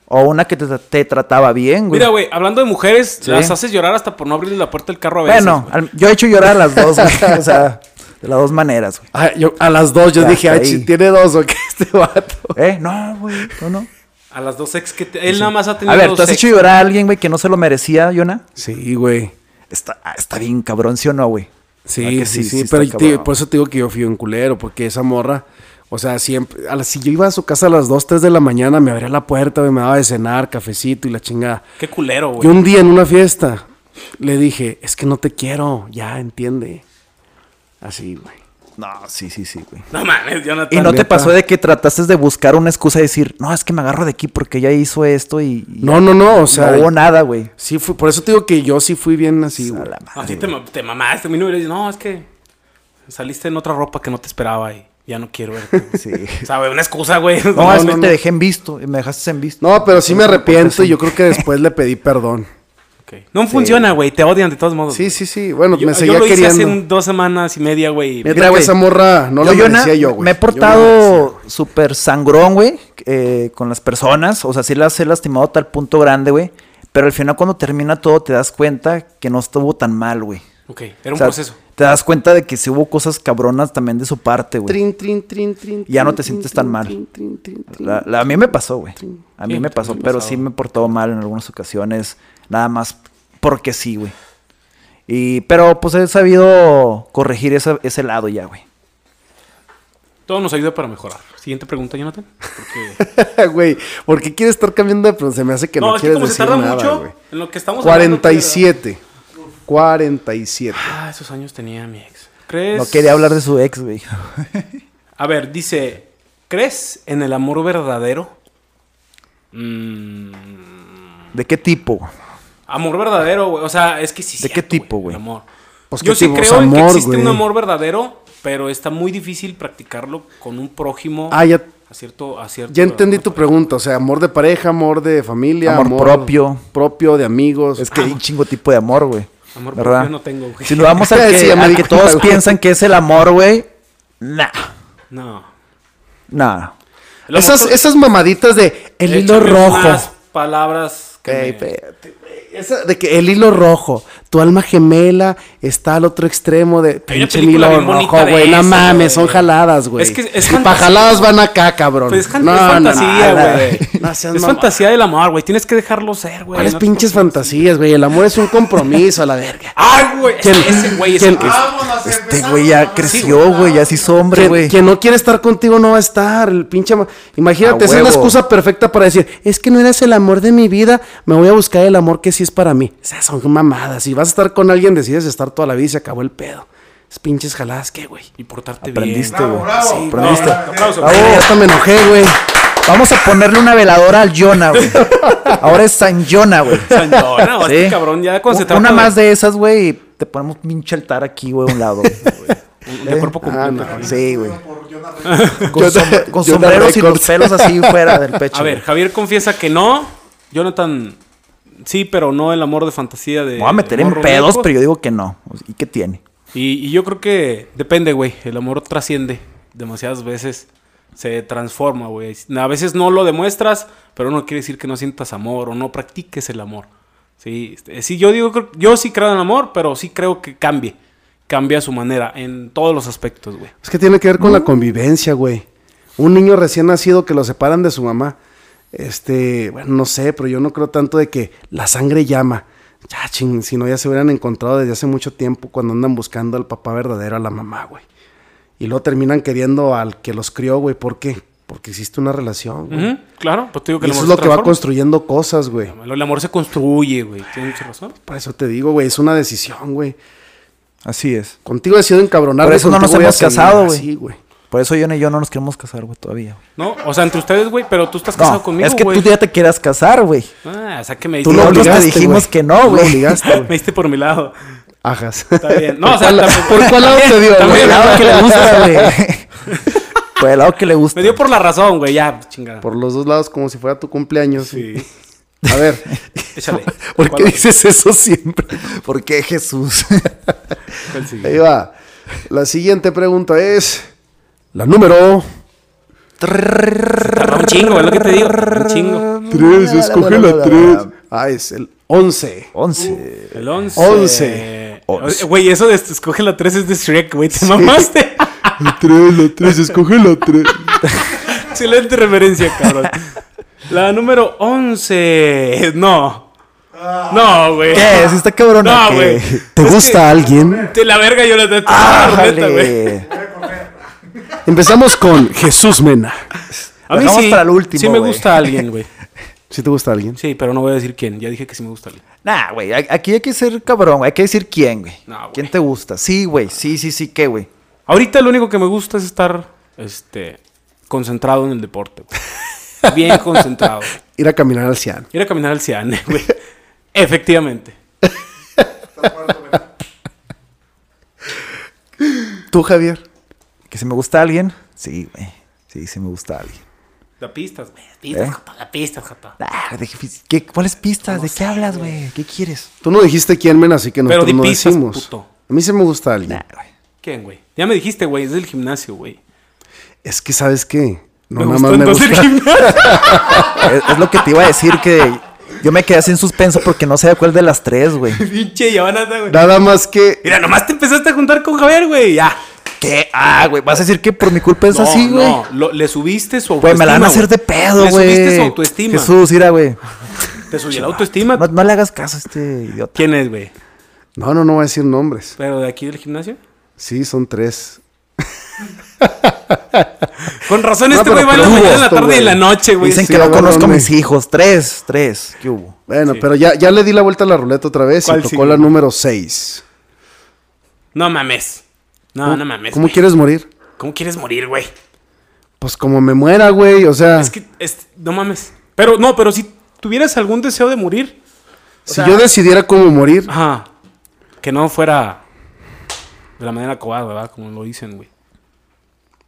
Speaker 3: o una que te, te trataba bien, güey.
Speaker 2: Mira, güey, hablando de mujeres,
Speaker 3: Sí.
Speaker 2: las haces llorar hasta por no abrirle la puerta del carro a veces.
Speaker 3: bueno,
Speaker 2: güey.
Speaker 3: al- yo he hecho llorar a las dos, güey. O sea, de las dos maneras, güey.
Speaker 1: Ah, yo- a las dos, yo
Speaker 3: Ya,
Speaker 1: dije,
Speaker 3: hasta
Speaker 1: ah, chi-
Speaker 3: ahí.
Speaker 1: tiene dos, ¿o qué este vato?
Speaker 3: ¿Eh? No, güey. No, no.
Speaker 2: a las dos ex que te- él nada más ha tenido
Speaker 3: A ver,
Speaker 2: dos
Speaker 3: ¿tú has
Speaker 2: ex.
Speaker 3: hecho llorar a alguien, güey, que no se lo merecía, Yona?
Speaker 1: Sí, güey.
Speaker 3: Está, ah, está bien cabrón, ¿sí o no, güey?
Speaker 1: Sí,
Speaker 3: Ah, que sí,
Speaker 1: sí, sí,
Speaker 3: sí está
Speaker 1: pero yo te-
Speaker 3: cabrón.
Speaker 1: por eso te digo que yo fui un culero, porque esa morra, o sea, siempre, a la- si yo iba a su casa a las 2, 3 de la mañana, me abría la puerta, güey, me daba de cenar, cafecito y la chingada.
Speaker 2: Qué culero,
Speaker 1: Y
Speaker 2: güey.
Speaker 1: un día en una fiesta le dije, es que no te quiero, ya, entiende. Así, güey.
Speaker 3: No, sí, sí, sí, güey.
Speaker 2: No mames, Jonathan.
Speaker 3: ¿Y no te
Speaker 1: neta.
Speaker 3: pasó de que trataste de buscar una excusa y decir, no, es que me agarro de aquí porque ella hizo esto y, y
Speaker 1: No, no, no, o sea,
Speaker 3: no hubo nada, güey?
Speaker 1: sí fui, por eso te digo que yo sí fui bien así,
Speaker 3: A
Speaker 1: güey.
Speaker 3: la
Speaker 2: No,
Speaker 3: madre,
Speaker 2: sí te, ma- te mamaste. Mi novio no, es que saliste en otra ropa que no te esperaba y ya no quiero verte. güey".
Speaker 3: sí.
Speaker 2: o sea, güey, una excusa, güey.
Speaker 3: No,
Speaker 1: No,
Speaker 3: es que
Speaker 1: no,
Speaker 3: te
Speaker 1: no.
Speaker 3: dejé en visto, y me dejaste en visto.
Speaker 1: No, pero sí me arrepiento y yo creo que después le pedí perdón.
Speaker 2: Ok. No funciona, güey. Te odian de todos modos.
Speaker 1: Sí,
Speaker 2: güey.
Speaker 1: sí, sí, bueno,
Speaker 2: Yo,
Speaker 1: me
Speaker 2: yo
Speaker 1: seguía
Speaker 2: lo hice
Speaker 1: queriendo.
Speaker 2: hace un- dos semanas y media, güey.
Speaker 3: Mira,
Speaker 1: Mira, güey,
Speaker 3: güey.
Speaker 1: esa morra no la
Speaker 3: Yo, Yona,
Speaker 1: merecía yo, güey.
Speaker 3: me he
Speaker 1: Yo no la merecía.
Speaker 3: portado súper sangrón, güey, eh, con las personas. O sea, sí las he lastimado a tal punto grande, güey. Pero al final cuando termina todo te das cuenta que no estuvo tan mal, güey.
Speaker 2: Ok, era un
Speaker 3: O sea,
Speaker 2: proceso.
Speaker 3: Te das cuenta de que sí hubo cosas cabronas también de su parte, güey.
Speaker 1: Trin, trin, trin, trin,
Speaker 3: Ya no te
Speaker 1: trin,
Speaker 3: sientes
Speaker 1: trin,
Speaker 3: tan mal.
Speaker 1: trin, trin, trin, trin.
Speaker 3: La- la- a mí me pasó, güey. A mí
Speaker 2: Sí,
Speaker 3: me
Speaker 2: sí,
Speaker 3: pasó,
Speaker 2: sí,
Speaker 3: pero
Speaker 2: pasado.
Speaker 3: sí me portó mal en algunas ocasiones. Nada más porque sí, güey. Y, pero pues he sabido corregir esa- ese lado ya, güey.
Speaker 2: Todo nos ayuda para mejorar. Siguiente pregunta, Jonathan. Porque...
Speaker 1: Güey, ¿por qué quieres estar cambiando de pregunta? Se me hace que no,
Speaker 2: no, es que
Speaker 1: quieres
Speaker 2: como se
Speaker 1: decir
Speaker 2: tarda
Speaker 1: nada,
Speaker 2: mucho
Speaker 1: güey.
Speaker 2: en lo que estamos hablando,
Speaker 1: 47. 47.
Speaker 2: pero- Ah, esos años tenía mi ex. ¿Crees?
Speaker 3: No quería hablar de su ex, güey.
Speaker 2: A ver, dice, ¿crees en el amor verdadero? Mm,
Speaker 3: ¿De qué tipo?
Speaker 2: amor verdadero, güey. O sea, es que sí.
Speaker 3: ¿De qué
Speaker 2: cierto,
Speaker 3: tipo, güey?
Speaker 2: el Amor.
Speaker 1: Pues,
Speaker 2: Yo
Speaker 1: ¿qué
Speaker 2: sí
Speaker 1: tipo?
Speaker 2: creo
Speaker 1: Pues,
Speaker 2: en que
Speaker 1: amor,
Speaker 2: existe un
Speaker 1: güey.
Speaker 2: amor verdadero, pero está muy difícil practicarlo con un prójimo.
Speaker 1: Ah, ya,
Speaker 2: A cierto, a cierto.
Speaker 1: ya entendí tu pregunta. O sea, amor de pareja, amor de familia.
Speaker 3: Amor propio.
Speaker 1: Propio, de amigos. Ah,
Speaker 3: Es que hay un chingo tipo de amor, güey.
Speaker 2: Amor
Speaker 3: ¿Verdad?
Speaker 2: propio no tengo, güey.
Speaker 3: Si nos vamos a que,
Speaker 1: Sí, ya me
Speaker 3: a
Speaker 1: di
Speaker 3: que
Speaker 1: cuenta,
Speaker 3: todos
Speaker 1: güey.
Speaker 3: piensan que es el amor, güey. Nah,
Speaker 2: No.
Speaker 3: nah.
Speaker 2: El amor
Speaker 1: esas,
Speaker 2: to-
Speaker 1: esas mamaditas de el hilo
Speaker 2: Échame
Speaker 1: rojo.
Speaker 2: unas palabras que
Speaker 1: Ey,
Speaker 2: me-
Speaker 1: espérate, güey. Esa de que el hilo rojo, tu alma gemela está al otro extremo de pinche
Speaker 2: película
Speaker 1: hilo
Speaker 2: bien bonita
Speaker 1: rojo,
Speaker 2: de
Speaker 1: güey. No
Speaker 2: esas, güey.
Speaker 1: mames, son jaladas, güey.
Speaker 2: Es que es
Speaker 1: y pa'
Speaker 2: fantasía.
Speaker 1: jaladas van acá, cabrón.
Speaker 2: Pues es, fan-
Speaker 1: No,
Speaker 2: es
Speaker 1: no,
Speaker 2: fantasía,
Speaker 1: nada,
Speaker 2: güey.
Speaker 1: No
Speaker 2: es
Speaker 1: seas mamá.
Speaker 2: fantasía del amor, güey. Tienes que dejarlo ser, güey.
Speaker 1: ¿Cuáles
Speaker 2: No te-
Speaker 1: pinches fantasías, güey? El amor es un compromiso, a la verga.
Speaker 2: ¡Ay, güey!
Speaker 1: ¿Quién?
Speaker 2: Ese güey es
Speaker 1: ¿Quién?
Speaker 3: Este güey ya creció, güey. Ya se hizo hombre,
Speaker 1: Quien,
Speaker 3: güey.
Speaker 1: quien no quiere estar contigo no va a estar. El pinche. ma- Imagínate,
Speaker 3: A
Speaker 1: esa es la
Speaker 3: huevo.
Speaker 1: excusa perfecta para decir: Es que no eres el amor de mi vida, me voy a buscar el amor que sí es para mí. O sea, son mamadas. Si vas a estar con alguien, decides estar toda la vida y se acabó el pedo. Es pinches jaladas, ¿qué, güey?
Speaker 2: Y portarte
Speaker 3: Aprendiste,
Speaker 2: bien.
Speaker 3: güey.
Speaker 4: bravo.
Speaker 3: Sí, aprendiste.
Speaker 2: No, aplauso.
Speaker 3: Bravo.
Speaker 1: Ya hasta me enojé, güey.
Speaker 3: Vamos a ponerle una veladora al Jonah, güey. Ahora es San Jonah, güey.
Speaker 2: Santona, o este
Speaker 3: Sí.
Speaker 2: cabrón, ya cuando se
Speaker 3: Un-
Speaker 2: trata
Speaker 3: Una más de esas, güey, y te ponemos un pinche altar aquí, güey, a un lado.
Speaker 2: un- de cuerpo
Speaker 1: Ah,
Speaker 2: completo.
Speaker 1: no.
Speaker 3: Sí, güey.
Speaker 4: Por Jonah Reyes.
Speaker 3: Con,
Speaker 1: Jonah-
Speaker 3: som- con
Speaker 1: Jonah
Speaker 3: sombreros y los
Speaker 1: Records.
Speaker 3: pelos así fuera del pecho.
Speaker 2: A ver,
Speaker 3: güey.
Speaker 2: Javier confiesa que no. Jonathan, sí, pero no el amor de fantasía de.
Speaker 3: Me voy a meter en
Speaker 2: morros
Speaker 3: pedos,
Speaker 2: ricos.
Speaker 3: pero yo digo que no. ¿Y qué tiene?
Speaker 2: Y, y yo creo que depende, güey. El amor trasciende demasiadas veces. Se transforma, güey. A veces no lo demuestras, pero no quiere decir que no sientas amor o no practiques el amor. Sí, este, sí yo digo, creo- yo sí creo en el amor, pero sí creo que cambie. Cambia su manera en todos los aspectos, güey.
Speaker 1: Es que tiene que ver con la convivencia, güey. Un niño recién nacido que lo separan de su mamá. Este, bueno, no sé, pero yo no creo tanto de que la sangre llama. Ya, ching, si no, ya se hubieran encontrado desde hace mucho tiempo cuando andan buscando al papá verdadero, a la mamá, güey. Y luego terminan queriendo al que los crió, güey. ¿Por qué? Porque existe una relación, güey.
Speaker 2: Ujú, claro, pues te digo que
Speaker 1: Y
Speaker 2: el
Speaker 1: eso
Speaker 2: amor
Speaker 1: es
Speaker 2: se
Speaker 1: lo que va
Speaker 2: transforma.
Speaker 1: construyendo cosas, güey.
Speaker 2: El amor se construye, güey. Tienes mucha razón.
Speaker 1: Por eso te digo, güey, es una decisión, güey.
Speaker 3: Así es.
Speaker 1: Contigo decido encabronar.
Speaker 3: Por eso no nos hemos casado, güey.
Speaker 1: Sí, güey.
Speaker 3: Por eso Jonah y yo no nos queremos casar, güey, todavía. güey.
Speaker 2: No, o sea, entre ustedes, güey, pero tú estás casado
Speaker 3: No,
Speaker 2: conmigo,
Speaker 3: es que
Speaker 2: güey.
Speaker 3: tú ya te quieras casar, güey.
Speaker 2: Ah, o sea, que me
Speaker 1: Tú
Speaker 2: diste-
Speaker 1: lo
Speaker 3: Nosotros te
Speaker 1: obligaste,
Speaker 3: dijimos
Speaker 1: güey.
Speaker 3: que no,
Speaker 1: Tú Lo
Speaker 3: güey.
Speaker 1: obligaste, güey.
Speaker 2: Me diste por mi lado.
Speaker 1: Ajas.
Speaker 2: Está bien. No, o sea, tampoco-
Speaker 1: ¿Por cuál lado te dio?
Speaker 3: Por
Speaker 2: También,
Speaker 1: güey?
Speaker 3: el lado que le gusta, güey. Por el lado que le gusta.
Speaker 2: me dio por la razón, güey. Ya, chingada.
Speaker 1: Por los dos lados, como si fuera tu cumpleaños.
Speaker 2: Sí.
Speaker 1: A ver,
Speaker 2: Échale.
Speaker 3: ¿Por qué
Speaker 2: ¿Cuál-
Speaker 3: dices eso siempre? ¿Por qué Jesús?
Speaker 2: cuál sigue?
Speaker 1: ahí va. La siguiente pregunta es. La número
Speaker 2: Tardó un chingo, es lo que te digo. Un chingo.
Speaker 1: 3. Escoge la 3. Ah, es el 11.
Speaker 3: 11.
Speaker 2: El 11.
Speaker 1: Once.
Speaker 2: Once. Güey, eso de escoge la 3 es de Shrek, güey. Te mamaste.
Speaker 1: La 3, la 3, escoge la 3.
Speaker 2: Excelente referencia, cabrón. La número 11. No. No, güey.
Speaker 3: ¿Qué? Si Eh, está cabrona.
Speaker 2: No,
Speaker 3: que
Speaker 2: güey.
Speaker 3: ¿Te
Speaker 2: Es que-
Speaker 3: gusta alguien?
Speaker 2: De la verga yo la tengo.
Speaker 3: Ah,
Speaker 2: la neta, güey.
Speaker 3: ¡Ájale!
Speaker 1: Empezamos con Jesús Mena.
Speaker 2: A mí
Speaker 3: Dejamos
Speaker 2: sí.
Speaker 3: para el último,
Speaker 2: sí me
Speaker 3: güey.
Speaker 2: gusta alguien, güey.
Speaker 1: ¿Si te gusta alguien?
Speaker 2: Sí, pero no voy a decir quién. Ya dije que sí me gusta alguien.
Speaker 3: Nah, güey. a- Aquí hay que ser cabrón. güey, Hay que decir quién, güey.
Speaker 2: No, güey.
Speaker 3: ¿Quién te gusta? Sí, güey. Sí, sí, sí. ¿Qué, güey?
Speaker 2: Ahorita lo único que me gusta es estar este, concentrado en el deporte. güey. Bien concentrado.
Speaker 1: Ir a caminar al Cian.
Speaker 2: Ir a caminar al Cian, güey. Efectivamente.
Speaker 1: ¿Tú, Javier?
Speaker 3: ¿Que si me gusta alguien? Sí, güey. Sí, sí me gusta alguien.
Speaker 2: Da pistas, güey. Pistas,
Speaker 3: ¿Eh?
Speaker 2: jota, da pistas, jota.
Speaker 3: Ah, de qué- ¿qué- ¿Cuáles pistas? ¿De qué hablas, güey? ¿Qué quieres?
Speaker 1: Tú no dijiste quién, Mena, así que
Speaker 2: Pero
Speaker 1: nosotros
Speaker 2: di
Speaker 1: no
Speaker 2: pistas,
Speaker 1: decimos.
Speaker 2: puto.
Speaker 1: A mí sí me gusta alguien.
Speaker 3: Nah, güey.
Speaker 2: ¿Quién, güey? Ya me dijiste, güey. Es del gimnasio, güey.
Speaker 1: Es que, ¿sabes qué? No,
Speaker 2: me
Speaker 1: nada
Speaker 2: gustó
Speaker 1: más me
Speaker 2: entonces
Speaker 1: gusta.
Speaker 2: el gimnasio.
Speaker 3: Es, es lo que te iba a decir que yo me quedé así en suspenso porque no sé de cuál de las tres, güey.
Speaker 2: Pinche Yabanata, güey.
Speaker 1: Nada más que.
Speaker 2: Mira, nomás te empezaste a juntar con Javier, güey. Ya.
Speaker 3: ¿Qué? Ah, güey. ¿Vas a decir que por mi culpa es
Speaker 2: No,
Speaker 3: así, güey?
Speaker 2: no, lo- le subiste su
Speaker 3: Güey,
Speaker 2: autoestima.
Speaker 3: me la van a hacer de
Speaker 2: güey.
Speaker 3: pedo, güey.
Speaker 2: Le subiste su autoestima.
Speaker 3: Jesús, mira, güey.
Speaker 2: Te subió la autoestima.
Speaker 3: No, no le hagas caso a este idiota.
Speaker 2: ¿Quién es, güey?
Speaker 1: No, no, no voy a decir nombres.
Speaker 2: ¿Pero de aquí del gimnasio?
Speaker 1: Sí, son tres.
Speaker 2: Con razón,
Speaker 1: No,
Speaker 2: este güey
Speaker 1: pero
Speaker 2: va en la
Speaker 1: producto,
Speaker 2: mañana, en la tarde y en la
Speaker 1: güey.
Speaker 2: noche, güey.
Speaker 3: Dicen
Speaker 1: sí,
Speaker 3: que no
Speaker 1: agarró
Speaker 3: conozco a
Speaker 1: mi-
Speaker 3: mis hijos. Tres, tres. ¿Qué hubo?
Speaker 1: Bueno, pero ya, ya le di la vuelta a la ruleta otra vez y
Speaker 2: ¿Cuál
Speaker 1: tocó
Speaker 2: sigue?
Speaker 1: la número 6.
Speaker 2: No mames. No, no mames.
Speaker 1: ¿Cómo
Speaker 2: güey.
Speaker 1: quieres morir?
Speaker 2: ¿Cómo quieres morir, güey?
Speaker 1: Pues como me muera, güey. O sea,
Speaker 2: Es que, es- no mames. Pero, no, pero si tuvieras algún deseo de morir.
Speaker 1: si
Speaker 2: sea-
Speaker 1: yo decidiera cómo morir,
Speaker 2: Ajá. Que no fuera de la manera cobarde, ¿verdad? Como lo dicen, güey.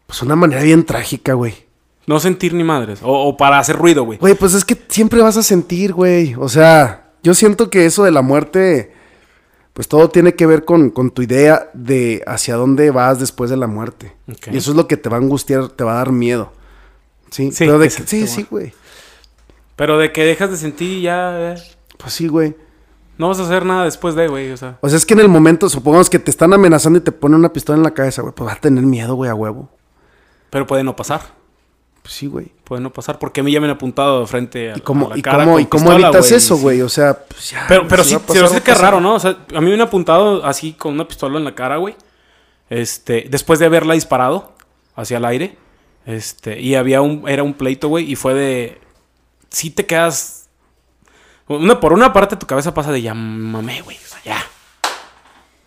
Speaker 1: pues una manera bien trágica, güey.
Speaker 2: No sentir ni madres. O, o para hacer ruido, güey.
Speaker 1: Güey, pues es que siempre vas a sentir, güey. O sea, yo siento que eso de la muerte, pues todo tiene que ver con, con tu idea de hacia dónde vas después de la muerte.
Speaker 2: Ok.
Speaker 1: Y eso es lo que te va a angustiar, te va a dar miedo. Sí,
Speaker 2: Sí,
Speaker 1: pero de
Speaker 2: ese
Speaker 1: que-
Speaker 2: es
Speaker 1: sí,
Speaker 2: el
Speaker 1: sí, güey.
Speaker 2: Pero de que dejas de sentir y ya. eh,
Speaker 1: Pues sí, güey.
Speaker 2: no vas a hacer nada después de, güey. O sea.
Speaker 1: O sea, es que en el momento, supongamos que te están amenazando y te ponen una pistola en la cabeza, güey, pues vas a tener miedo, güey, a huevo.
Speaker 2: Pero puede no pasar.
Speaker 1: Pues sí, güey.
Speaker 2: Puede no pasar. Porque a mí ya me han apuntado de frente a,
Speaker 1: ¿Y cómo,
Speaker 2: a la
Speaker 1: y
Speaker 2: cara
Speaker 1: cómo,
Speaker 2: con
Speaker 1: y cómo
Speaker 2: pistola,
Speaker 1: evitas
Speaker 2: güey,
Speaker 1: eso,
Speaker 2: sí.
Speaker 1: güey? O sea, pues ya.
Speaker 2: Pero, pero
Speaker 1: si
Speaker 2: sí,
Speaker 1: va
Speaker 2: se
Speaker 1: a
Speaker 2: me
Speaker 1: pasar, va
Speaker 2: hace
Speaker 1: a
Speaker 2: que
Speaker 1: pasar.
Speaker 2: raro, ¿no? O sea, a mí me han apuntado así con una pistola en la cara, güey. Este, después de haberla disparado hacia el aire. Este, y había un, era un pleito, güey, y fue de, si te quedas, una, por una parte tu cabeza pasa de ya mamé, güey, o sea, ya.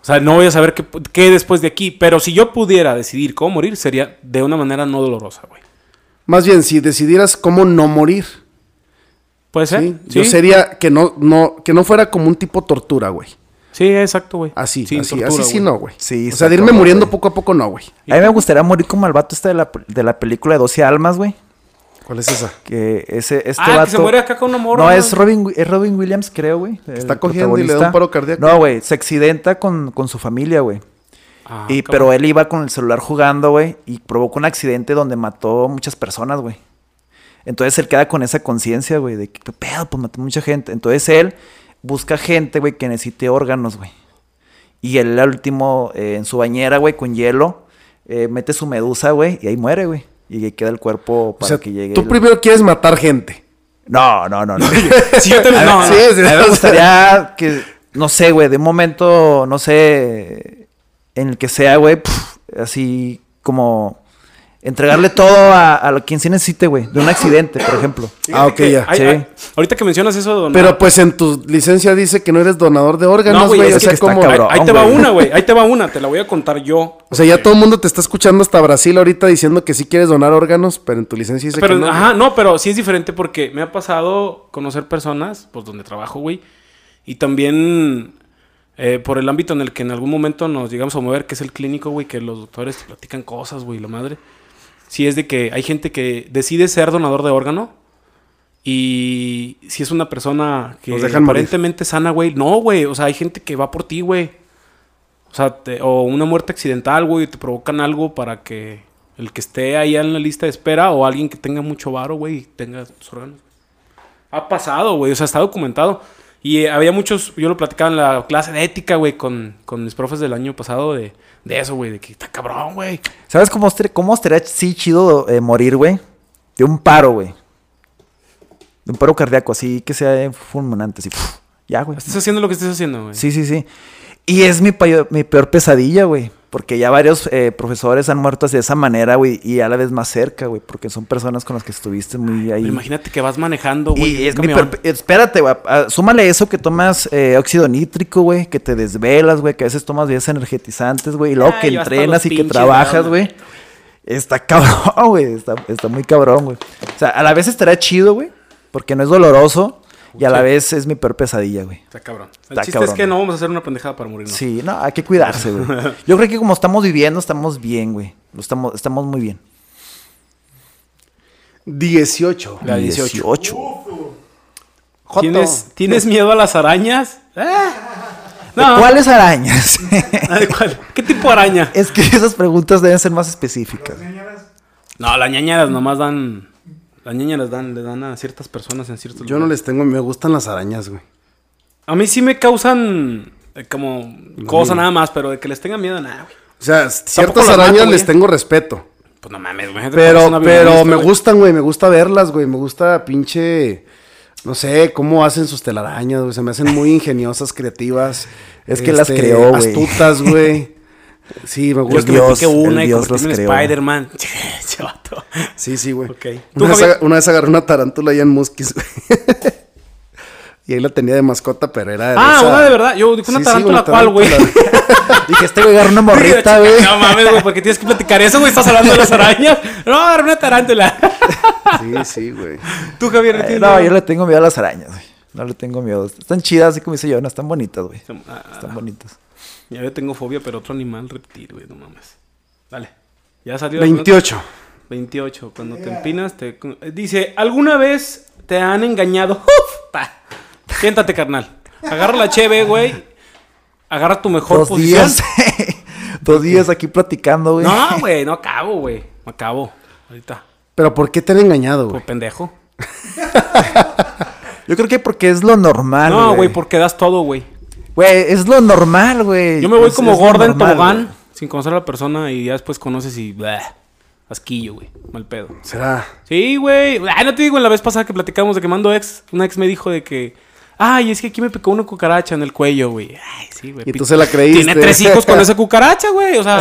Speaker 2: O sea, no voy a saber qué, qué después de aquí, pero si yo pudiera decidir cómo morir, sería de una manera no dolorosa, güey.
Speaker 1: Más bien, si decidieras cómo no morir,
Speaker 2: ¿Puede ser?
Speaker 1: ¿sí? Yo sería que no, no, que no fuera como un tipo tortura, güey.
Speaker 2: Sí, exacto, güey.
Speaker 1: Así,
Speaker 2: Sin
Speaker 1: así,
Speaker 2: tortura,
Speaker 1: así sí
Speaker 2: güey.
Speaker 1: no, güey.
Speaker 3: Sí,
Speaker 1: o sea,
Speaker 3: está
Speaker 1: de irme
Speaker 3: cabrón,
Speaker 1: muriendo
Speaker 3: güey.
Speaker 1: poco a poco no, güey.
Speaker 3: A mí me gustaría morir como el vato este de la, de la película de 12 almas, güey.
Speaker 1: ¿Cuál es esa?
Speaker 3: Que ese, este
Speaker 2: Ah,
Speaker 3: vato...
Speaker 2: que se muere acá con una morra.
Speaker 3: No, es Robin, Wi- es Robin Williams, creo, güey. el
Speaker 1: Está cogiendo y le da
Speaker 3: protagonista.
Speaker 1: un paro cardíaco.
Speaker 3: No, güey, se accidenta con, con su familia, güey.
Speaker 2: Ah,
Speaker 3: y,
Speaker 2: cabrón.
Speaker 3: pero él iba con el celular jugando, güey, y provocó un accidente donde mató muchas personas, güey. Entonces él queda con esa conciencia, güey, de que "¿Qué pedo, pues maté mucha gente. Entonces él busca gente, güey, que necesite órganos, güey. Y él al último, eh, en su bañera, güey, con hielo, eh, mete su medusa, güey, y ahí muere, güey. Y ahí queda el cuerpo
Speaker 1: O
Speaker 3: para
Speaker 1: sea,
Speaker 3: que llegue.
Speaker 1: tú
Speaker 3: el-
Speaker 1: primero quieres matar gente.
Speaker 3: No, no, no, no.
Speaker 2: Si yo te...
Speaker 3: A ver,
Speaker 2: no, no.
Speaker 1: sí, es-
Speaker 3: A mí
Speaker 1: o
Speaker 3: me
Speaker 1: sea-
Speaker 3: gustaría que, no sé, güey, de un momento, no sé, en el que sea, güey, pf, así como entregarle todo a, a lo- quien sí necesite, güey, de un accidente, por ejemplo.
Speaker 1: Ah, ok,
Speaker 2: que
Speaker 1: ya.
Speaker 2: hay-
Speaker 3: sí.
Speaker 2: hay- ahorita que mencionas eso, don.
Speaker 1: Pero pues en tu licencia dice que no eres donador de órganos,
Speaker 2: güey,
Speaker 1: güey.
Speaker 2: es
Speaker 1: o
Speaker 2: que
Speaker 1: sea,
Speaker 3: está
Speaker 1: como.
Speaker 3: cabrón.
Speaker 2: ahí te va
Speaker 3: güey.
Speaker 2: una, güey. Ahí te va una. Te la voy a contar yo.
Speaker 1: O sea, ya todo el mundo te está escuchando hasta Brasil ahorita diciendo que sí quieres donar órganos, pero en tu licencia dice
Speaker 2: Pero,
Speaker 1: que no. güey.
Speaker 2: ajá, no, pero sí es diferente porque me ha pasado conocer personas, pues donde trabajo, güey. Y también eh, por el ámbito en el que en algún momento nos llegamos a mover, que es el clínico, güey, que los doctores te platican cosas, güey, la madre. Sí es de que hay gente que decide ser donador de órgano y si es una persona que
Speaker 1: Los dejan morir.
Speaker 2: aparentemente sana, güey, no, güey, o sea, hay gente que va por ti, güey. O sea, te- o una muerte accidental, güey, te provocan algo para que el que esté ahí en la lista de espera o alguien que tenga mucho varo, güey, tenga sus órganos. Ha pasado, güey, o sea, está documentado. Y eh, había muchos, yo lo platicaba en la clase de ética, güey, con, con mis profes del año pasado de, de eso, güey, de que está cabrón, güey.
Speaker 3: ¿Sabes cómo, estar- cómo estaría sí chido eh, morir, güey? De un paro, güey. De un paro cardíaco, así que sea eh, fulminante, así. puf, ya, güey.
Speaker 2: Estás haciendo lo que estás haciendo, güey.
Speaker 3: Sí, sí, sí. Y es mi, payo- mi peor pesadilla, güey. Porque ya varios eh, profesores han muerto así de esa manera, güey. Y a la vez más cerca, güey. Porque son personas con las que estuviste muy ahí.
Speaker 2: Pero imagínate que vas manejando, güey. en
Speaker 3: Y
Speaker 2: un
Speaker 3: es mi
Speaker 2: camión.
Speaker 3: per- Espérate, güey. ah, Súmale eso que tomas eh, óxido nítrico, güey. Que te desvelas, güey. Que a veces tomas bebidas energetizantes, güey. Y luego
Speaker 2: Ah,
Speaker 3: que
Speaker 2: yo hasta
Speaker 3: entrenas
Speaker 2: los
Speaker 3: y que
Speaker 2: pinches,
Speaker 3: trabajas,
Speaker 2: ¿no?
Speaker 3: güey. Está cabrón, güey. Está, está muy cabrón, güey. O sea, a la vez estará chido, güey. Porque no es doloroso. Y a la
Speaker 2: Sí.
Speaker 3: vez es mi peor pesadilla, güey.
Speaker 2: Está cabrón. El
Speaker 3: Está
Speaker 2: chiste es
Speaker 3: cabrón.
Speaker 2: que no vamos a hacer una pendejada para morir, ¿no?
Speaker 3: Sí, no, hay que cuidarse, güey. Yo creo que como estamos viviendo, estamos bien, güey. Lo Estamos, estamos muy bien.
Speaker 1: 18.
Speaker 2: La 18.
Speaker 1: Joto.
Speaker 2: ¿Tienes, ¿Tienes miedo a las arañas? Ah.
Speaker 3: ¿De ¿Cuáles arañas?
Speaker 2: Ah, ¿de cuál? ¿Qué tipo de araña?
Speaker 3: es que esas preguntas deben ser más específicas.
Speaker 2: No, las ñañaras nomás dan. Las ñañaras dan, le dan a ciertas personas en ciertos
Speaker 1: Yo no les tengo, me gustan las arañas, güey.
Speaker 2: A mí sí me causan eh, como cosa nada más, pero de que les tenga miedo, nada, güey.
Speaker 1: O sea,
Speaker 2: Tampoco
Speaker 1: ciertas
Speaker 2: las
Speaker 1: arañas
Speaker 2: mato, güey.
Speaker 1: les tengo respeto.
Speaker 2: Pues no mames, güey.
Speaker 1: Pero, pero me
Speaker 2: gusta
Speaker 1: gustan, güey, me gusta verlas, güey. Me gusta pinche. No sé cómo hacen sus telarañas, güey. Se me hacen muy ingeniosas, creativas. este,
Speaker 3: Es que las creó, güey.
Speaker 1: Astutas, güey. Sí, me
Speaker 2: Yo
Speaker 1: gusta.
Speaker 2: que me
Speaker 3: Dios,
Speaker 2: piqué una
Speaker 3: el
Speaker 2: y
Speaker 3: Dios
Speaker 2: convertirme
Speaker 3: los
Speaker 2: en
Speaker 3: creó.
Speaker 2: Spider-Man. Che, vato.
Speaker 1: Sí, sí, güey.
Speaker 2: Ok. ¿Tú,
Speaker 1: Una, vez
Speaker 2: Javier?
Speaker 1: aga- una vez agarré una tarántula allá en Musquis, güey. y ahí la tenía de mascota, pero era. de
Speaker 2: Ah,
Speaker 1: esa-
Speaker 2: una de verdad. Yo dije
Speaker 1: Sí,
Speaker 2: una
Speaker 1: sí,
Speaker 2: tarántula, ¿cuál, güey?
Speaker 1: tarántula.
Speaker 3: Dije, este güey agarra una morrita,
Speaker 2: Digo,
Speaker 3: güey.
Speaker 2: No mames, güey, porque tienes que platicar eso, güey. Estás hablando de las arañas. No, era una tarántula.
Speaker 1: sí, sí, güey.
Speaker 2: Tú, Javier, ¿le
Speaker 3: Eh,
Speaker 2: tienes
Speaker 3: No,
Speaker 2: miedo?
Speaker 3: yo le tengo miedo a las arañas, güey. No le tengo miedo. Están chidas, así como dice Jonah. Están bonitas, güey.
Speaker 2: Ah,
Speaker 3: Están bonitas.
Speaker 2: Ya yo tengo fobia, pero otro animal reptil, güey, no mames. Dale. Ya salió.
Speaker 1: 28.
Speaker 2: 28. Cuando te empinas, te. eh, Dice, ¿alguna vez te han engañado? ¡Uf! Pa. Siéntate, carnal. Agarra la cheve, güey. Agarra tu mejor
Speaker 3: Dos
Speaker 2: posición.
Speaker 3: días. Dos días aquí platicando, güey.
Speaker 2: No, güey, no acabo, güey. No acabo. Ahorita.
Speaker 1: Pero ¿por qué te han engañado,
Speaker 2: Por
Speaker 1: güey?
Speaker 2: pendejo.
Speaker 3: Yo creo que porque es lo normal,
Speaker 2: No, güey, porque das todo, güey.
Speaker 3: Güey, es lo normal, güey.
Speaker 2: Yo me voy
Speaker 3: Es-
Speaker 2: como
Speaker 3: es lo
Speaker 2: gorda en
Speaker 3: normal,
Speaker 2: tobogán,
Speaker 3: güey.
Speaker 2: sin conocer a la persona, y ya después conoces y. bah, asquillo, güey. Mal pedo.
Speaker 1: Será.
Speaker 2: Sí, güey. Ah, no te digo, en la vez pasada que platicamos de quemando ex, una ex me dijo de que. Ay, es que aquí me picó una cucaracha en el cuello, güey. Ay, sí, güey.
Speaker 1: Y tú
Speaker 2: pic-
Speaker 1: se la creíste.
Speaker 2: Tiene tres hijos con esa cucaracha, güey. O sea.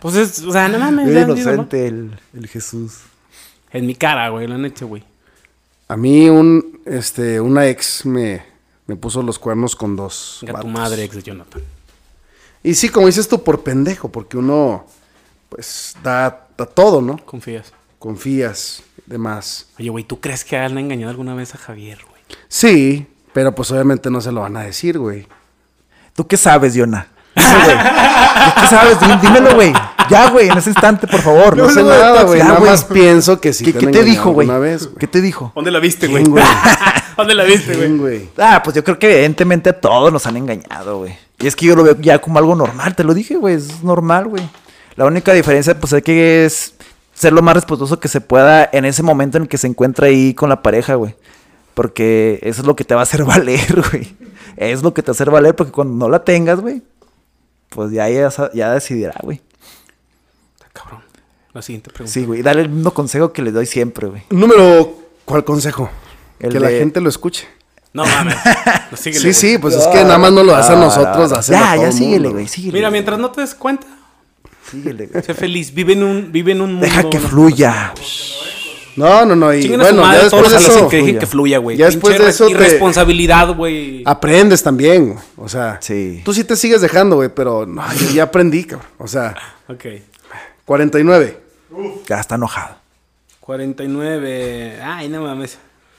Speaker 2: Pues es, o sea, no mames.
Speaker 3: Bien
Speaker 2: ya, ni nomás.
Speaker 3: inocente el, el Jesús.
Speaker 2: En mi cara, güey, lo han hecho, güey.
Speaker 1: A mí un, este, una ex me, me puso los cuernos con dos.
Speaker 2: Venga tu
Speaker 1: vatos.
Speaker 2: madre, ex de Jonathan.
Speaker 1: Y sí, como dices tú, por pendejo, porque uno, pues, da, da todo, ¿no?
Speaker 2: Confías.
Speaker 1: Confías, demás.
Speaker 2: Oye, güey, ¿tú crees que han engañado alguna vez a Javier, güey?
Speaker 1: Sí, pero pues obviamente no se lo van a decir, güey.
Speaker 3: ¿Tú qué sabes, Yona? Dime, güey. ¿Tú ¿Qué sabes? Dí- Dímelo, güey. Ya, güey, en ese instante, por favor.
Speaker 1: No,
Speaker 3: No,
Speaker 1: sé
Speaker 3: luego de
Speaker 1: nada,
Speaker 3: taxi.
Speaker 1: güey.
Speaker 3: Ya,
Speaker 1: Nada
Speaker 3: güey.
Speaker 1: más pienso que sí.
Speaker 3: ¿Qué,
Speaker 1: han
Speaker 3: qué te
Speaker 1: engañado
Speaker 3: dijo, güey?
Speaker 1: alguna vez,
Speaker 3: ¿Qué te dijo?
Speaker 2: ¿Dónde la viste,
Speaker 1: ¿Quién, güey?
Speaker 2: ¿Dónde la viste,
Speaker 1: ¿Quién, güey?
Speaker 3: Ah, pues yo creo que evidentemente a todos nos han engañado, güey. Y es que yo lo veo ya como algo normal, te lo dije, güey, es normal, güey. La única diferencia, pues, es que es ser lo más respetuoso que se pueda en ese momento en el que se encuentra ahí con la pareja, güey. Porque eso es lo que te va a hacer valer, güey. Es lo que te va a hacer valer, porque cuando no la tengas, güey, pues ya, ella sa- ya decidirá, güey.
Speaker 2: Está Cabrón. La siguiente pregunta.
Speaker 3: Sí, güey, dale el mismo consejo que le doy siempre, güey.
Speaker 1: Número, ¿cuál consejo?
Speaker 3: El
Speaker 1: que la
Speaker 3: de-
Speaker 1: gente lo escuche.
Speaker 2: No mames. No, síguele,
Speaker 1: Sí,
Speaker 2: güey.
Speaker 1: sí, pues es que nada más no lo hace a nosotros, hacen a
Speaker 3: Ah, Ya,
Speaker 1: todo
Speaker 3: ya
Speaker 1: el
Speaker 3: síguele,
Speaker 1: mundo.
Speaker 3: güey, síguele.
Speaker 2: Mira,
Speaker 3: güey,
Speaker 2: mientras no te des cuenta,
Speaker 3: Síguele, güey.
Speaker 2: sé feliz. Vive en un, vive en un mundo.
Speaker 3: Deja que
Speaker 2: ¿no?
Speaker 3: fluya.
Speaker 1: No, no, no. Y
Speaker 2: Chinguen a su
Speaker 1: bueno,
Speaker 2: madre
Speaker 1: ya
Speaker 2: todos
Speaker 1: después de
Speaker 2: los a los
Speaker 1: eso,
Speaker 2: que dejen
Speaker 3: fluya.
Speaker 2: que fluya, güey.
Speaker 1: Ya después
Speaker 2: Pinche
Speaker 1: de eso Ah. te-
Speaker 2: Irresponsabilidad, güey.
Speaker 1: aprendes también. güey. O sea,
Speaker 3: Sí.
Speaker 1: tú sí te sigues dejando, güey, pero no, yo ya aprendí, cabrón. O sea,
Speaker 2: Ok.
Speaker 1: 49.
Speaker 3: Ya está enojado.
Speaker 2: 49. Ay, no mames.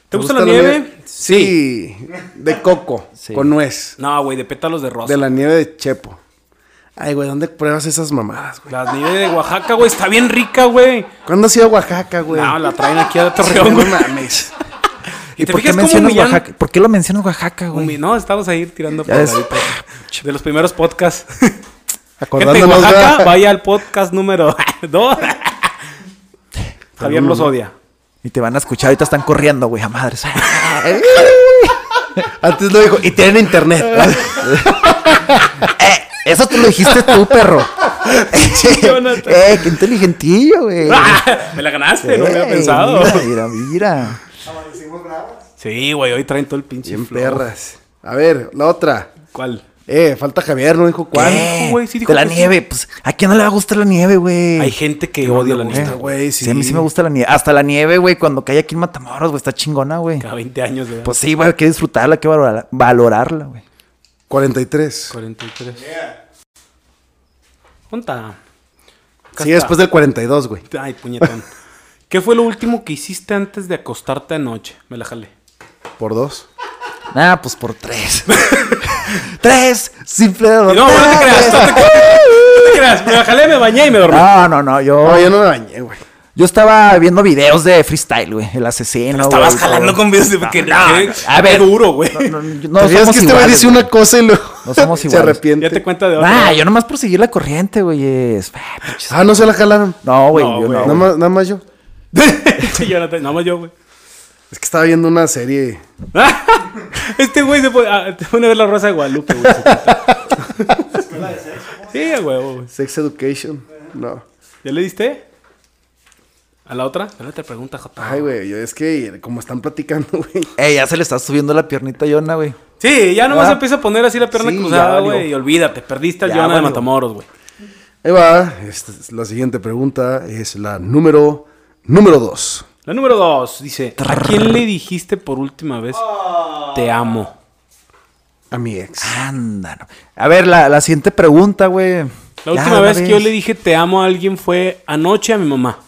Speaker 2: ¿Te gusta, la nieve? Sí.
Speaker 1: Sí. De coco,
Speaker 3: Sí.
Speaker 1: con nuez.
Speaker 2: No, güey, de pétalos de rosa.
Speaker 1: De la nieve de Chepo. Ay, güey, ¿dónde pruebas esas mamadas, güey?
Speaker 2: La nieve de Oaxaca, güey, está bien rica, güey.
Speaker 1: ¿Cuándo has ido a Oaxaca, güey?
Speaker 2: No, la traen aquí a
Speaker 1: Sí,
Speaker 2: Torreón,
Speaker 1: no
Speaker 2: güey.
Speaker 1: mames.
Speaker 2: ¿Y, te
Speaker 3: por qué
Speaker 2: fijas cómo
Speaker 3: mencionas
Speaker 2: humillan-
Speaker 3: Oaxaca? ¿Por qué lo mencionas Oaxaca, güey?
Speaker 2: humi- No, estamos ahí tirando
Speaker 3: Ya
Speaker 2: por
Speaker 3: ves.
Speaker 2: ahorita. De los primeros podcasts. Gente de
Speaker 1: Acordándonos,
Speaker 2: Oaxaca,
Speaker 1: ¿verdad?
Speaker 2: vaya al podcast número 2. Javier los odia.
Speaker 3: Y te van a escuchar, ahorita están corriendo, güey, a madres.
Speaker 1: Antes lo dijo, y tienen internet.
Speaker 3: Eh, eso te lo dijiste tú, perro.
Speaker 2: Jonathan.
Speaker 3: eh, qué inteligentillo, güey.
Speaker 2: Me la ganaste, no lo había
Speaker 3: Ey,
Speaker 2: pensado.
Speaker 3: Mira, mira, mira.
Speaker 2: Sí, güey, hoy traen todo el pinche
Speaker 1: Bien
Speaker 2: flow.
Speaker 1: perras. A ver, la otra.
Speaker 2: ¿Cuál?
Speaker 1: Eh, falta Javier, no dijo cuál.
Speaker 2: ¿Qué?
Speaker 3: Eh,
Speaker 2: Güey, sí dijo
Speaker 3: de la
Speaker 2: que sí.
Speaker 3: nieve, pues, ¿a quién no le va a gustar la nieve, güey? Eh,
Speaker 2: Hay gente que odia la
Speaker 1: gusta,
Speaker 2: nieve.
Speaker 1: güey.
Speaker 3: sí.
Speaker 1: sí.
Speaker 3: a mí sí me gusta la nieve. Hasta la nieve, güey, cuando cae aquí en Matamoros, güey, está chingona, güey.
Speaker 2: Cada 20 años, güey.
Speaker 3: Pues sí, güey, hay que disfrutarla, hay que valorarla, valorarla, güey.
Speaker 1: 43.
Speaker 2: 43. Ponta.
Speaker 1: Sí, después del 42, güey.
Speaker 2: Ay, puñetón. ¿Qué fue lo último que hiciste antes de acostarte anoche? Me la jalé.
Speaker 1: Por dos.
Speaker 3: Ah, pues por tres. tres, simple.
Speaker 2: No, no te creas, no te creas. No te creas. Me la jalé, me bañé y me dormí.
Speaker 3: No, no, no,
Speaker 2: Oh.
Speaker 3: yo,
Speaker 1: No,
Speaker 3: yo,
Speaker 1: yo no me bañé, güey.
Speaker 3: estaba viendo videos de freestyle, güey, el asesino.
Speaker 2: Estabas
Speaker 3: güey,
Speaker 2: jalando
Speaker 3: todo.
Speaker 2: con videos de que
Speaker 3: A ver.
Speaker 2: duro, güey.
Speaker 3: No, no,
Speaker 1: No,
Speaker 3: no somos
Speaker 1: que este güey
Speaker 3: iguales,
Speaker 1: dice
Speaker 3: güey.
Speaker 1: una cosa y luego
Speaker 3: No somos
Speaker 1: se
Speaker 3: iguales.
Speaker 1: arrepiente.
Speaker 2: Ya te cuenta de otro.
Speaker 3: Ah, yo nomás por seguir la corriente, güey. es- Ah, pinches-
Speaker 1: Ah, no se la jalaron.
Speaker 3: No, güey,
Speaker 2: No,
Speaker 3: yo
Speaker 2: güey.
Speaker 3: no.
Speaker 1: Nada
Speaker 3: güey.
Speaker 1: más, nada más yo.
Speaker 2: Sí, yo no te- nada más yo, güey.
Speaker 1: Es que estaba viendo una serie.
Speaker 2: Este güey se fue, ah, te pone a ver la rosa de Guadalupe, güey. Sí, a huevo, güey.
Speaker 1: Sex Education. No.
Speaker 2: ¿Ya le diste? ¿A la otra? La otra pregunta, Jota.
Speaker 1: Ay, güey, yo- es que como están platicando, güey.
Speaker 3: Ey, ya se le está subiendo la piernita a Yona, güey.
Speaker 2: Sí, ya nomás
Speaker 3: Ah.
Speaker 2: empieza a poner así la pierna
Speaker 1: Sí, ya
Speaker 2: cruzada,
Speaker 1: valió.
Speaker 2: güey. Y olvídate, perdiste al
Speaker 3: Ya
Speaker 2: Joana de
Speaker 3: valió.
Speaker 2: Matamoros, güey.
Speaker 1: Ahí va. Esta es la siguiente pregunta es la número. Número dos.
Speaker 2: La número dos dice: ¿A quién le dijiste por última vez te amo?
Speaker 1: A mi ex.
Speaker 3: Anda, no. A ver, la, la siguiente pregunta, güey.
Speaker 2: La
Speaker 3: Ya,
Speaker 2: última
Speaker 3: una
Speaker 2: vez que yo le dije te amo a alguien fue anoche a mi mamá,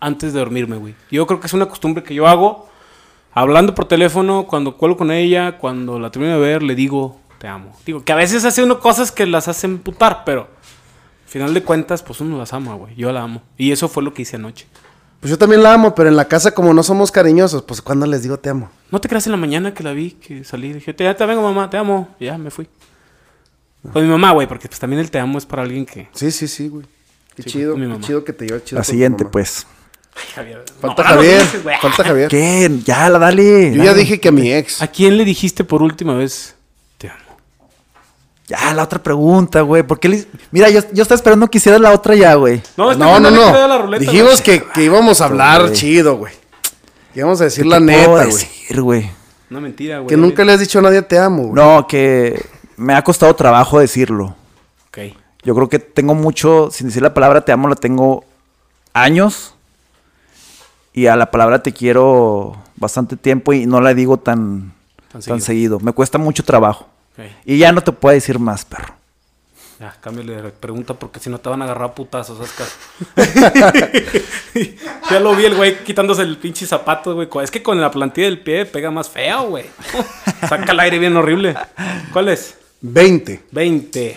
Speaker 2: antes de dormirme, güey. Yo creo que es una costumbre que yo hago, hablando por teléfono, cuando cuelgo con ella, cuando la termino de ver, le digo te amo. Digo, que a veces hace uno cosas que las hace emputar, pero al final de cuentas, pues uno las ama, güey. Yo la amo. Y eso fue lo que hice anoche.
Speaker 1: Pues yo también la amo, pero en la casa, como no somos cariñosos, pues cuando les digo te amo.
Speaker 2: ¿No te creas en la mañana que la vi, que salí? Dije, te, ya te vengo, mamá, te amo. Y ya me fui. Con mi mamá, güey, porque pues también el te amo es para alguien que...
Speaker 1: Sí, sí, sí, güey. Qué
Speaker 2: Sí,
Speaker 1: chido,
Speaker 2: con mi
Speaker 1: qué
Speaker 2: mamá.
Speaker 1: chido que te dio chido.
Speaker 3: La
Speaker 1: con tu
Speaker 3: siguiente,
Speaker 1: mamá.
Speaker 3: pues.
Speaker 2: Ay, Javier.
Speaker 1: Falta
Speaker 2: no, no lo
Speaker 1: Javier.
Speaker 2: dices, güey.
Speaker 1: falta Javier.
Speaker 3: ¿Qué? Ya, la dale.
Speaker 1: Yo ya
Speaker 3: dale.
Speaker 1: dije que a mi ex.
Speaker 2: ¿A quién le dijiste por última vez te amo?
Speaker 3: Ya, la otra pregunta, güey. ¿Por qué le... Mira, yo, yo estaba esperando que hicieras la otra ya, güey.
Speaker 2: No, este
Speaker 1: No,
Speaker 2: güey
Speaker 1: no,
Speaker 2: le
Speaker 1: no.
Speaker 2: queda la ruleta,
Speaker 1: Dijimos
Speaker 2: güey.
Speaker 1: que, que íbamos a hablar
Speaker 3: güey.
Speaker 1: chido, güey. Que íbamos a decir
Speaker 3: ¿Qué
Speaker 1: la
Speaker 3: puedo
Speaker 1: neta, güey.
Speaker 3: decir, güey?
Speaker 2: No, mentira, güey.
Speaker 1: Que nunca le has dicho a nadie te amo, güey.
Speaker 3: No, que me ha costado trabajo decirlo.
Speaker 2: Ok.
Speaker 3: Yo creo que tengo mucho, sin decir la palabra te amo, la tengo años. Y a la palabra te quiero bastante tiempo y no la digo tan,
Speaker 2: Tan
Speaker 3: tan,
Speaker 2: seguido.
Speaker 3: seguido. Me cuesta mucho trabajo.
Speaker 2: ok.
Speaker 3: Y ya no te puedo decir más, perro.
Speaker 2: Ya, cámbiale de pregunta porque si no te van a agarrar a putazos, haz caso. ya lo vi el güey quitándose el pinche zapato, güey. Es que con la plantilla del pie pega más feo, güey. Saca el aire bien horrible. ¿Cuál es?
Speaker 1: 20.
Speaker 2: 20.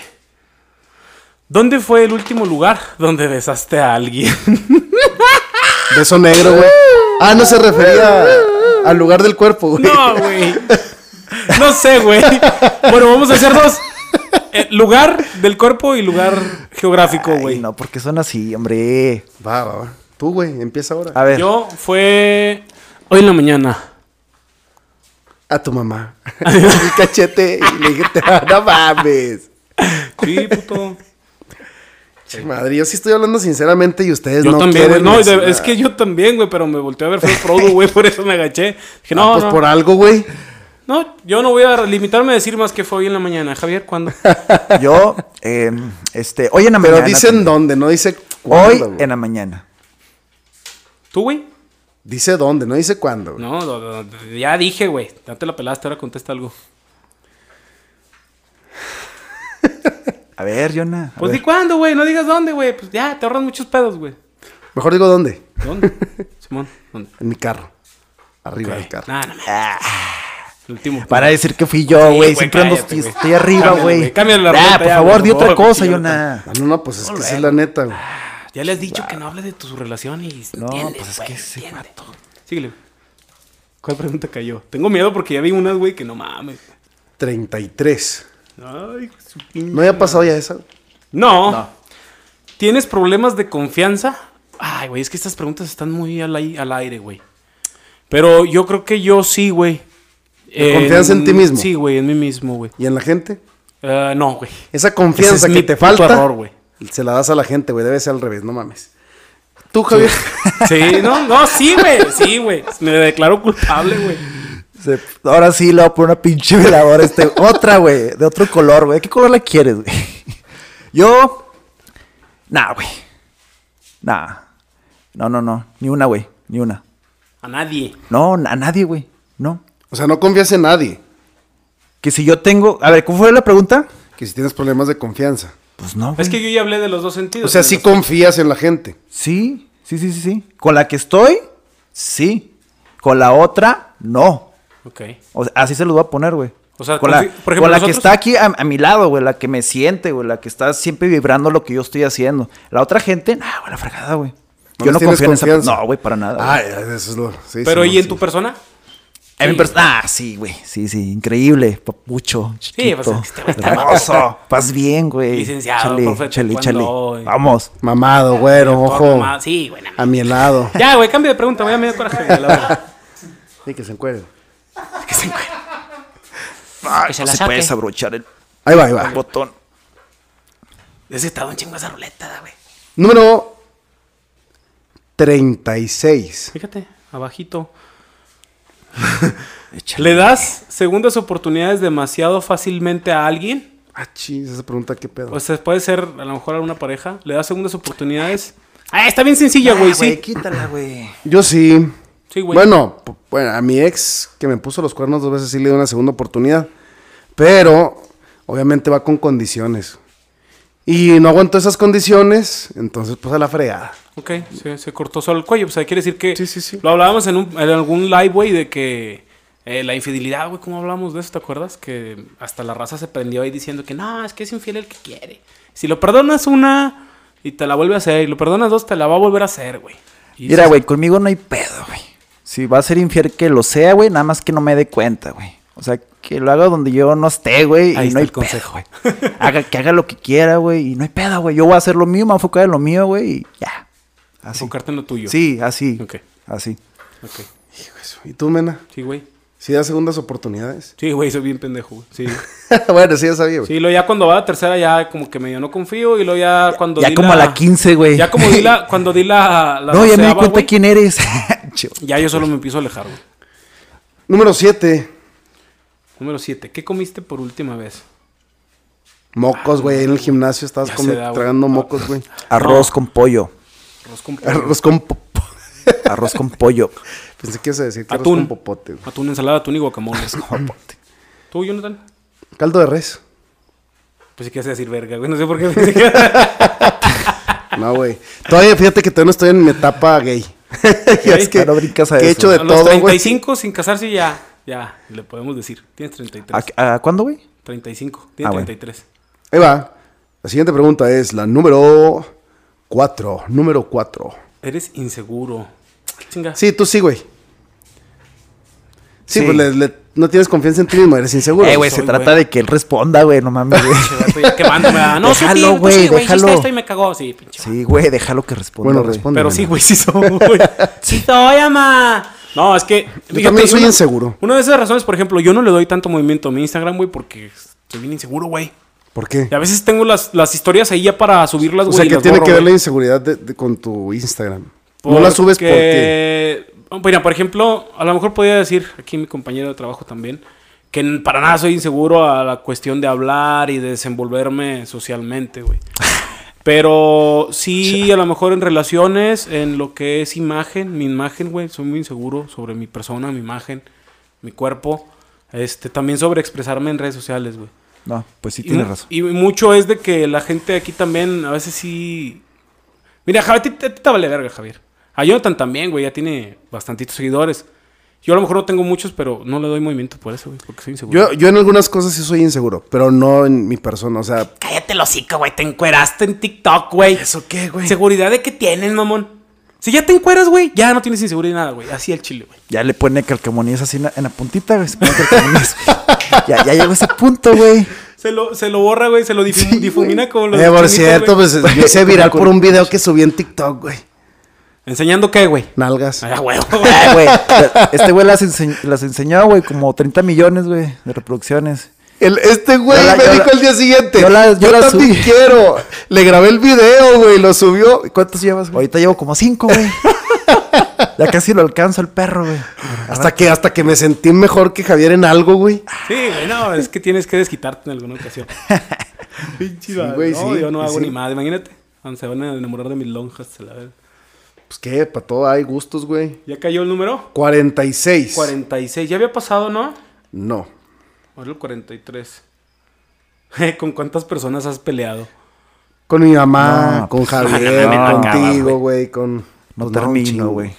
Speaker 2: ¿Dónde fue el último lugar donde besaste a alguien?
Speaker 1: Beso negro, güey. Ah, no se refería a- al lugar del cuerpo, güey.
Speaker 2: No, güey. No sé, güey. Bueno, vamos a hacer dos. Eh, lugar del cuerpo y lugar geográfico,
Speaker 3: Ay,
Speaker 2: güey.
Speaker 3: no, porque son así, hombre.
Speaker 1: Va, va, va. Tú, güey, empieza ahora.
Speaker 3: A ver.
Speaker 2: Yo fue hoy en la mañana.
Speaker 1: A tu mamá. El cachete y le dije, te amo. no mames.
Speaker 2: Sí, puto.
Speaker 1: Che, Madre, yo sí estoy hablando sinceramente y ustedes
Speaker 2: Yo
Speaker 1: no
Speaker 2: también, güey.
Speaker 1: quieren
Speaker 2: No,
Speaker 1: decir
Speaker 2: de- es
Speaker 1: nada.
Speaker 2: que yo también, güey, pero me volteé a ver fue Frodo, güey, por eso me agaché. Dije,
Speaker 1: Ah,
Speaker 2: no,
Speaker 1: pues
Speaker 2: no,
Speaker 1: por algo, güey.
Speaker 2: no, yo no voy a limitarme a decir más que fue hoy en la mañana. Javier, ¿cuándo?
Speaker 3: Yo, eh, este, hoy en la
Speaker 1: Pero
Speaker 3: mañana.
Speaker 1: dicen
Speaker 3: también.
Speaker 1: dónde, no dice
Speaker 3: Hoy
Speaker 1: cuándo. güey.
Speaker 3: en la mañana.
Speaker 2: ¿Tú, güey?
Speaker 1: Dice dónde, no dice cuándo. güey.
Speaker 2: No, no, no, ya dije, güey. Ya te la pelaste, ahora contesta algo.
Speaker 3: A ver, Yona. a
Speaker 2: Pues
Speaker 3: ver.
Speaker 2: di cuándo, güey. No digas dónde, güey. Pues ya, te ahorras muchos pedos, güey.
Speaker 1: Mejor digo dónde.
Speaker 2: ¿Dónde? Simón, ¿dónde?
Speaker 1: En mi carro. arriba
Speaker 2: Ok.
Speaker 1: del carro.
Speaker 2: Nah, no mames. El último.
Speaker 3: Para decir que fui yo,
Speaker 2: Sí,
Speaker 3: güey.
Speaker 2: güey,
Speaker 3: Siempre ando-
Speaker 2: cállate, güey.
Speaker 3: estoy arriba,
Speaker 2: Cámbiale,
Speaker 3: güey.
Speaker 2: güey, cámbiale la
Speaker 3: Ah,
Speaker 2: ruta
Speaker 3: por
Speaker 2: ya,
Speaker 3: favor, di
Speaker 2: por
Speaker 3: otra
Speaker 2: favor,
Speaker 3: cosa, yo
Speaker 2: Jonathan.
Speaker 3: nada.
Speaker 1: Ah, no, no, pues es que esa es la neta, güey.
Speaker 2: Ya le has dicho que no hable de tu relación y.
Speaker 3: No,
Speaker 2: entiende,
Speaker 3: pues es
Speaker 2: güey,
Speaker 3: que ese
Speaker 2: entiende. Síguele. ¿Cuál pregunta cayó? Tengo miedo porque ya vi unas, güey, que no mames.
Speaker 1: 33.
Speaker 2: Ay, su
Speaker 1: ¿No
Speaker 2: pinche.
Speaker 1: había pasado ya esa?
Speaker 2: No. ¿Tienes problemas de confianza? Ay, güey, es que estas preguntas están muy al, ai- al aire, güey. Pero yo creo que yo sí, güey.
Speaker 1: ¿De confianza en ti mismo?
Speaker 2: Sí, güey, en mí mismo, güey.
Speaker 1: ¿Y en la gente?
Speaker 2: Ah, no, güey.
Speaker 1: Esa confianza
Speaker 2: Ese es mi
Speaker 1: que te
Speaker 2: puto
Speaker 1: falta.
Speaker 2: error, güey.
Speaker 1: se la das a la gente, güey. Debe ser al revés, no mames. Tú, Javier.
Speaker 2: Sí, no, no, sí, güey. Sí, güey. Me declaro culpable, güey.
Speaker 3: Se- ahora sí le voy a poner una pinche veladora a este. otra, güey. De otro color, güey. ¿Qué color la quieres, güey? Yo. Nah, güey. Nah. No, no, no. Ni una, güey. Ni una.
Speaker 2: A nadie.
Speaker 3: No, a nadie, güey. No.
Speaker 1: O sea, no confías en nadie.
Speaker 3: Que si yo tengo. A ver, ¿cómo fue la pregunta?
Speaker 1: Que si tienes problemas de confianza.
Speaker 3: Pues no.
Speaker 2: Es
Speaker 3: güey.
Speaker 2: que yo ya hablé de los dos sentidos.
Speaker 1: O sea,
Speaker 2: de
Speaker 1: sí
Speaker 2: los-
Speaker 1: confías en la gente.
Speaker 3: Sí, sí, sí, sí, sí. Con la que estoy, sí. Con la otra, no.
Speaker 2: Ok.
Speaker 3: O sea, así se los voy a poner, güey.
Speaker 2: O sea,
Speaker 3: con
Speaker 2: confi-
Speaker 3: la,
Speaker 2: por ejemplo,
Speaker 3: con la que
Speaker 2: nosotros-
Speaker 3: está aquí a, a mi lado, güey. La que me siente, güey. La que está siempre vibrando lo que yo estoy haciendo. La otra gente, nah, güey, la fregada, güey. yo
Speaker 1: ¿No les
Speaker 3: no
Speaker 1: tienes
Speaker 3: confío en
Speaker 1: confianza?
Speaker 3: esa... No, güey, para nada. güey.
Speaker 1: Ah, eso es lo. sí,
Speaker 2: Pero
Speaker 1: sí,
Speaker 2: ¿y en
Speaker 1: sí.
Speaker 2: tu persona?
Speaker 3: A mi
Speaker 2: sí.
Speaker 3: pers- ah, sí, güey. Sí, sí. Increíble. Papucho. Chiquito.
Speaker 2: pues, este güey está
Speaker 3: hermoso. Vas bien, güey.
Speaker 2: Licenciado,
Speaker 3: Chale,
Speaker 2: profe de
Speaker 3: chale, chale.
Speaker 2: taekwondo, güey.
Speaker 3: Vamos.
Speaker 1: Mamado, güero, ojo.
Speaker 2: Mamá, ah, Sí, güey. nada.
Speaker 1: A mi helado.
Speaker 2: Ya, güey, cambio de pregunta. Voy a medio coraje. güey, la verdad.
Speaker 1: Sí, que se encuentre.
Speaker 3: Ay,
Speaker 2: Que se
Speaker 3: Ah, no
Speaker 2: la
Speaker 3: se
Speaker 2: saque.
Speaker 3: puede desabrochar el
Speaker 1: Ahí va, ahí va.
Speaker 3: botón.
Speaker 2: Es que estaba un chingo esa ruleta, güey.
Speaker 1: Número 36.
Speaker 2: Fíjate, abajito. ¿Le das segundas oportunidades demasiado fácilmente a alguien?
Speaker 1: Ah, chis, esa pregunta, ¿qué pedo?
Speaker 2: O sea, puede ser a lo mejor a una pareja. ¿Le das segundas oportunidades? Ah, está bien sencilla, güey,
Speaker 3: Ah,
Speaker 2: sí.
Speaker 3: Quítala, güey.
Speaker 1: Yo sí.
Speaker 2: Sí, güey.
Speaker 1: Bueno, p- bueno, a mi ex que me puso los cuernos dos veces sí le di una segunda oportunidad. Pero obviamente va con condiciones. Y no aguantó esas condiciones, entonces pues a la fregada.
Speaker 2: Ok, se, se cortó solo el cuello. O sea, quiere decir que.
Speaker 1: Sí, sí, sí.
Speaker 2: Lo hablábamos en, un- en algún live, güey, de que. eh, la infidelidad, güey, ¿cómo hablamos de eso? ¿Te acuerdas? Que hasta la raza se prendió ahí diciendo que no, es que es infiel el que quiere. Si lo perdonas una y te la vuelve a hacer, y lo perdonas dos, te la va a volver a hacer, güey. Y
Speaker 3: Mira,
Speaker 2: dices,
Speaker 3: güey, conmigo no hay pedo, güey. Si va a ser infiel que lo sea, güey, nada más que no me dé cuenta, güey. O sea, que lo haga donde yo no esté, güey,
Speaker 2: Ahí
Speaker 3: y
Speaker 2: está
Speaker 3: no hay
Speaker 2: el consejo.
Speaker 3: pedo, güey. Haga, que haga lo que quiera, güey, y no hay pedo, güey. Yo voy a hacer lo mío, me voy a enfocar en lo mío, güey, y ya. Así.
Speaker 2: Enfocarte en lo tuyo.
Speaker 3: Sí, así.
Speaker 2: Ok.
Speaker 3: Así.
Speaker 2: Ok.
Speaker 1: Hijo de su- ¿Y tú, Mena?
Speaker 2: Sí, güey.
Speaker 1: ¿Sí das segundas oportunidades?
Speaker 2: Sí, güey, soy bien pendejo, güey. Sí.
Speaker 1: bueno, sí, ya sabía, güey.
Speaker 2: Sí, lo ya cuando va la tercera ya como que medio no confío y luego ya cuando
Speaker 3: ya
Speaker 2: di
Speaker 3: como a la 15, güey.
Speaker 2: Ya como di la cuando di la, la
Speaker 3: no, ya me di
Speaker 2: doceava,
Speaker 3: cuenta
Speaker 2: güey,
Speaker 3: quién eres. Che,
Speaker 2: Ya yo solo me empiezo a alejar, güey.
Speaker 1: Número 7.
Speaker 2: Número 7. ¿Qué comiste por última vez?
Speaker 1: Mocos, güey. ahí en el gimnasio estabas
Speaker 2: Ah, Ya
Speaker 1: comi-
Speaker 2: se da, güey.
Speaker 1: tragando mocos, güey.
Speaker 3: Arroz con pollo.
Speaker 2: Arroz con pollo.
Speaker 1: Arroz con po- po-
Speaker 3: Arroz con pollo.
Speaker 1: Pensé que ibas a decir que arroz
Speaker 2: atún.
Speaker 1: con popote, güey.
Speaker 2: Atún, ensalada, atún y guacamole. ¿Tú, Jonathan?
Speaker 1: Caldo de res.
Speaker 2: Pues sí que hace decir verga, güey. No sé por qué. pensé que-
Speaker 1: No, güey. Todavía, fíjate que todavía no estoy en mi etapa gay. ya es que,
Speaker 3: No brincas a
Speaker 1: que he
Speaker 3: eso.
Speaker 1: hecho de
Speaker 2: a los
Speaker 1: todo, güey.
Speaker 2: 35 sin casarse ya. Ya, le podemos decir. Tienes
Speaker 1: Ah,
Speaker 2: 33.
Speaker 3: ¿A, a cuándo, güey?
Speaker 2: 35.
Speaker 3: Ah,
Speaker 2: Tienes
Speaker 3: bueno.
Speaker 2: 33.
Speaker 1: Ahí va. La siguiente pregunta es la número 4. Número 4.
Speaker 2: Eres inseguro. Chinga.
Speaker 1: Sí, tú sí, güey. Sí,
Speaker 3: Sí.
Speaker 1: pues le- le- no tienes confianza en ti mismo, eres inseguro.
Speaker 3: Eh, güey, se
Speaker 2: soy,
Speaker 3: trata
Speaker 2: güey.
Speaker 3: de que él responda, güey, no mames, güey.
Speaker 2: Estoy ya quemándome, ¿verdad? No,
Speaker 3: Déjalo,
Speaker 2: sí, sí,
Speaker 3: güey,
Speaker 2: sí, güey, sí,
Speaker 3: déjalo.
Speaker 2: está esto y me cagó. Sí, pinche.
Speaker 3: Sí, güey, déjalo que responda.
Speaker 1: bueno,
Speaker 3: güey.
Speaker 1: responde.
Speaker 2: Pero
Speaker 1: Mena.
Speaker 2: sí, güey, sí soy, güey. Sí soy, ama. No, es que... fíjate,
Speaker 1: también soy
Speaker 2: una-
Speaker 1: inseguro.
Speaker 2: Una de esas razones, por ejemplo, yo no le doy tanto movimiento a mi Instagram, güey, porque estoy bien inseguro, güey.
Speaker 1: ¿Por qué?
Speaker 2: Y a veces tengo las, las historias ahí ya para subirlas,
Speaker 1: O
Speaker 2: güey.
Speaker 1: sea,
Speaker 2: y
Speaker 1: que
Speaker 2: las
Speaker 1: tiene
Speaker 2: borro,
Speaker 1: que ver la
Speaker 2: güey.
Speaker 1: inseguridad de- de- con tu Instagram. No la subes porque...
Speaker 2: Porque- Oh, Mira, por ejemplo, a lo mejor podría decir, aquí mi compañero de trabajo también, que n- para nada soy inseguro a la cuestión de hablar y de desenvolverme socialmente, güey. Pero sí, a lo mejor en relaciones, en lo que es imagen, mi imagen, güey, soy muy inseguro sobre mi persona, mi imagen, mi cuerpo. Este, también sobre expresarme en redes sociales, güey.
Speaker 3: No, pues sí
Speaker 2: Y
Speaker 3: tienes
Speaker 2: mu-
Speaker 3: razón.
Speaker 2: Y mucho es de que la gente aquí también a veces sí. Mira, Javier, a ti- a ti te vale verga, Javier. A Jonathan también, güey, ya tiene bastantitos seguidores. Yo a lo mejor no tengo muchos, pero no le doy movimiento por eso, güey, porque soy inseguro.
Speaker 1: Yo, yo en algunas cosas sí soy inseguro, pero no en mi persona. O sea,
Speaker 2: Cállate el hocico, güey. Te encueraste en TikTok, güey.
Speaker 1: ¿eso qué, güey?
Speaker 2: ¿Seguridad de que tienes, mamón? Si ya te encueras, güey, ya no tienes inseguridad de nada, güey. Así el chile, güey.
Speaker 3: Ya le pone calcamonías así en la, en la puntita, güey. se pone calcamonías. ya, ya llegó a ese punto, güey.
Speaker 2: Se lo, se lo borra, güey. Se lo difu- difumina como los.
Speaker 1: Eh, por
Speaker 2: chinitos,
Speaker 1: cierto,
Speaker 2: güey.
Speaker 1: pues yo hice viral por un video que subí en TikTok, güey.
Speaker 2: ¿Enseñando qué, güey?
Speaker 1: Nalgas.
Speaker 2: Ah, güey.
Speaker 3: Ah, güey. Este güey las, ense- las enseñó, güey, como 30 millones, güey, de reproducciones.
Speaker 1: El- este güey
Speaker 3: Yo la-
Speaker 1: me
Speaker 3: yo
Speaker 1: dijo
Speaker 3: la-
Speaker 1: el día siguiente. Yo,
Speaker 3: yo la- yo la
Speaker 1: también
Speaker 3: subí".
Speaker 1: quiero. Le grabé el video, güey. Lo subió.
Speaker 3: ¿Cuántos llevas, güey? Ahorita llevo como 5, güey. ya casi lo alcanzo el perro, güey.
Speaker 1: Hasta que, hasta que me sentí mejor que Javier en algo, güey.
Speaker 3: Ah,
Speaker 2: Sí, güey, no, es que tienes que desquitarte en alguna ocasión. Pinche vale.
Speaker 1: güey,
Speaker 2: No,
Speaker 1: sí,
Speaker 2: yo no
Speaker 1: pues
Speaker 2: hago
Speaker 1: sí.
Speaker 2: ni madre, imagínate. Aún Se van a enamorar de mis lonjas, a la verga.
Speaker 1: Pues qué, para todo hay gustos, güey.
Speaker 2: ¿Ya cayó el número?
Speaker 1: 46.
Speaker 2: 46. Ya había pasado, ¿no?
Speaker 1: No.
Speaker 2: Ahora el 43. ¿Con cuántas personas has peleado?
Speaker 1: Con mi mamá,
Speaker 3: No,
Speaker 1: con
Speaker 3: pues,
Speaker 1: Javier,
Speaker 2: no, no,
Speaker 1: contigo, güey. Con.
Speaker 3: No
Speaker 1: pues, un
Speaker 3: termino,
Speaker 1: chingo.
Speaker 3: güey.